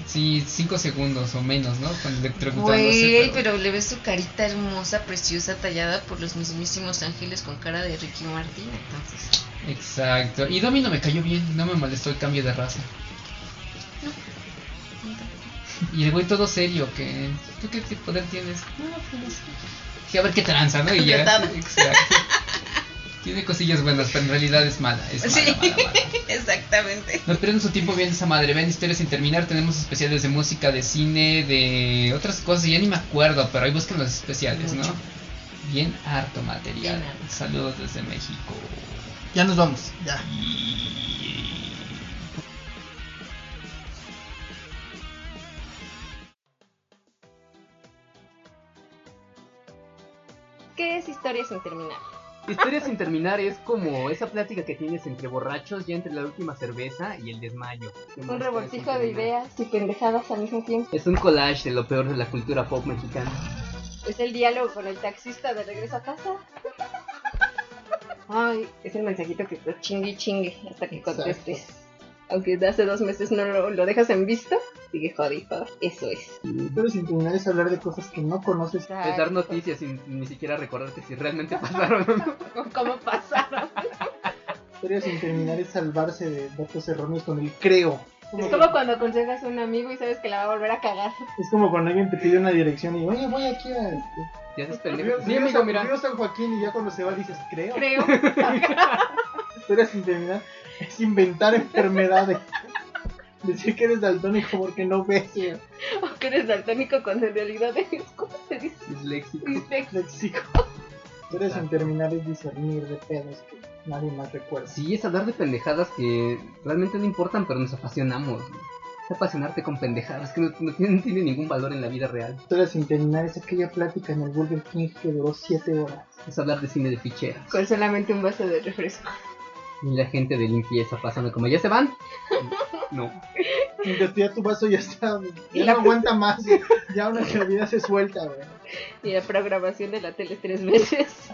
Sí, 5 segundos o menos, ¿no? Con electrocutándose.
Güey, pero le ves su carita hermosa, preciosa, tallada por los mismísimos ángeles con cara de Ricky Martin. Entonces,
Exacto. Y Domino me cayó bien, no me molestó el cambio de raza. Y el güey todo serio, que ¿tú qué tipo poder tienes? No, pues no sé. Dije, a ver qué tranza, ¿no? Y ya.
Contratado.
Exacto. Tiene cosillas buenas, pero en realidad es mala. Es mala,
Sí.
mala, mala.
exactamente.
No pierdan su tiempo viendo esa madre. Vean historias sin terminar. Tenemos especiales de música, de cine, de otras cosas. Ya ni me acuerdo, pero ahí busquen los especiales, ¿no?
Mucho.
Bien harto material.
Bien harto.
Saludos desde México.
Ya nos vamos. Ya.
¿Qué es historia sin terminar?
Historia sin terminar es como esa plática que tienes entre borrachos ya entre la última cerveza y el desmayo.
Un revoltijo de ideas y pendejadas al mismo tiempo.
Es un collage de lo peor de la cultura pop mexicana.
Es el diálogo con el taxista de regreso a casa. Ay, es el mensajito que está chingue y chingue hasta que contestes. Aunque de hace dos meses no lo, lo dejas en visto, sigue jodido. Eso es.
Historia sin terminar es hablar de cosas que no conoces.
Es dar noticias sin ni siquiera recordarte si realmente pasaron o no.
¿Cómo pasaron?
Historia sin terminar es salvarse de datos erróneos con el creo.
Es como cuando aconsejas a un amigo y sabes que la va a volver a cagar.
Es como cuando alguien te pide una dirección y oye, voy aquí a... este,
Ya haces
Río-
pendejo. Sí,
Río
amigo,
San-
mira.
Río San Joaquín y ya cuando se va dices, creo.
Creo.
Historia sin terminar es inventar enfermedades. Decir que eres daltónico porque no ves.
O que eres daltónico cuando en realidad eres. ¿Cómo se dice?
Disléxico.
Disléxico.
Léxico. Historia sin terminar es discernir de pedos que nadie más recuerda.
Sí, es hablar de pendejadas que realmente no importan, pero nos apasionamos. Es apasionarte con pendejadas que no, no tienen, no tienen ningún valor en la vida real.
Historia sin terminar es aquella plática en el Burger King que duró 7 horas.
Es hablar de cine de ficheras.
Con solamente un vaso de refresco.
Y la gente de limpieza pasando como, ¿ya se van? No.
Mientras ya tu vaso ya está,
Y
ya
la-
no aguanta más, ya una bebida se suelta, güey.
Y la programación de la tele tres veces.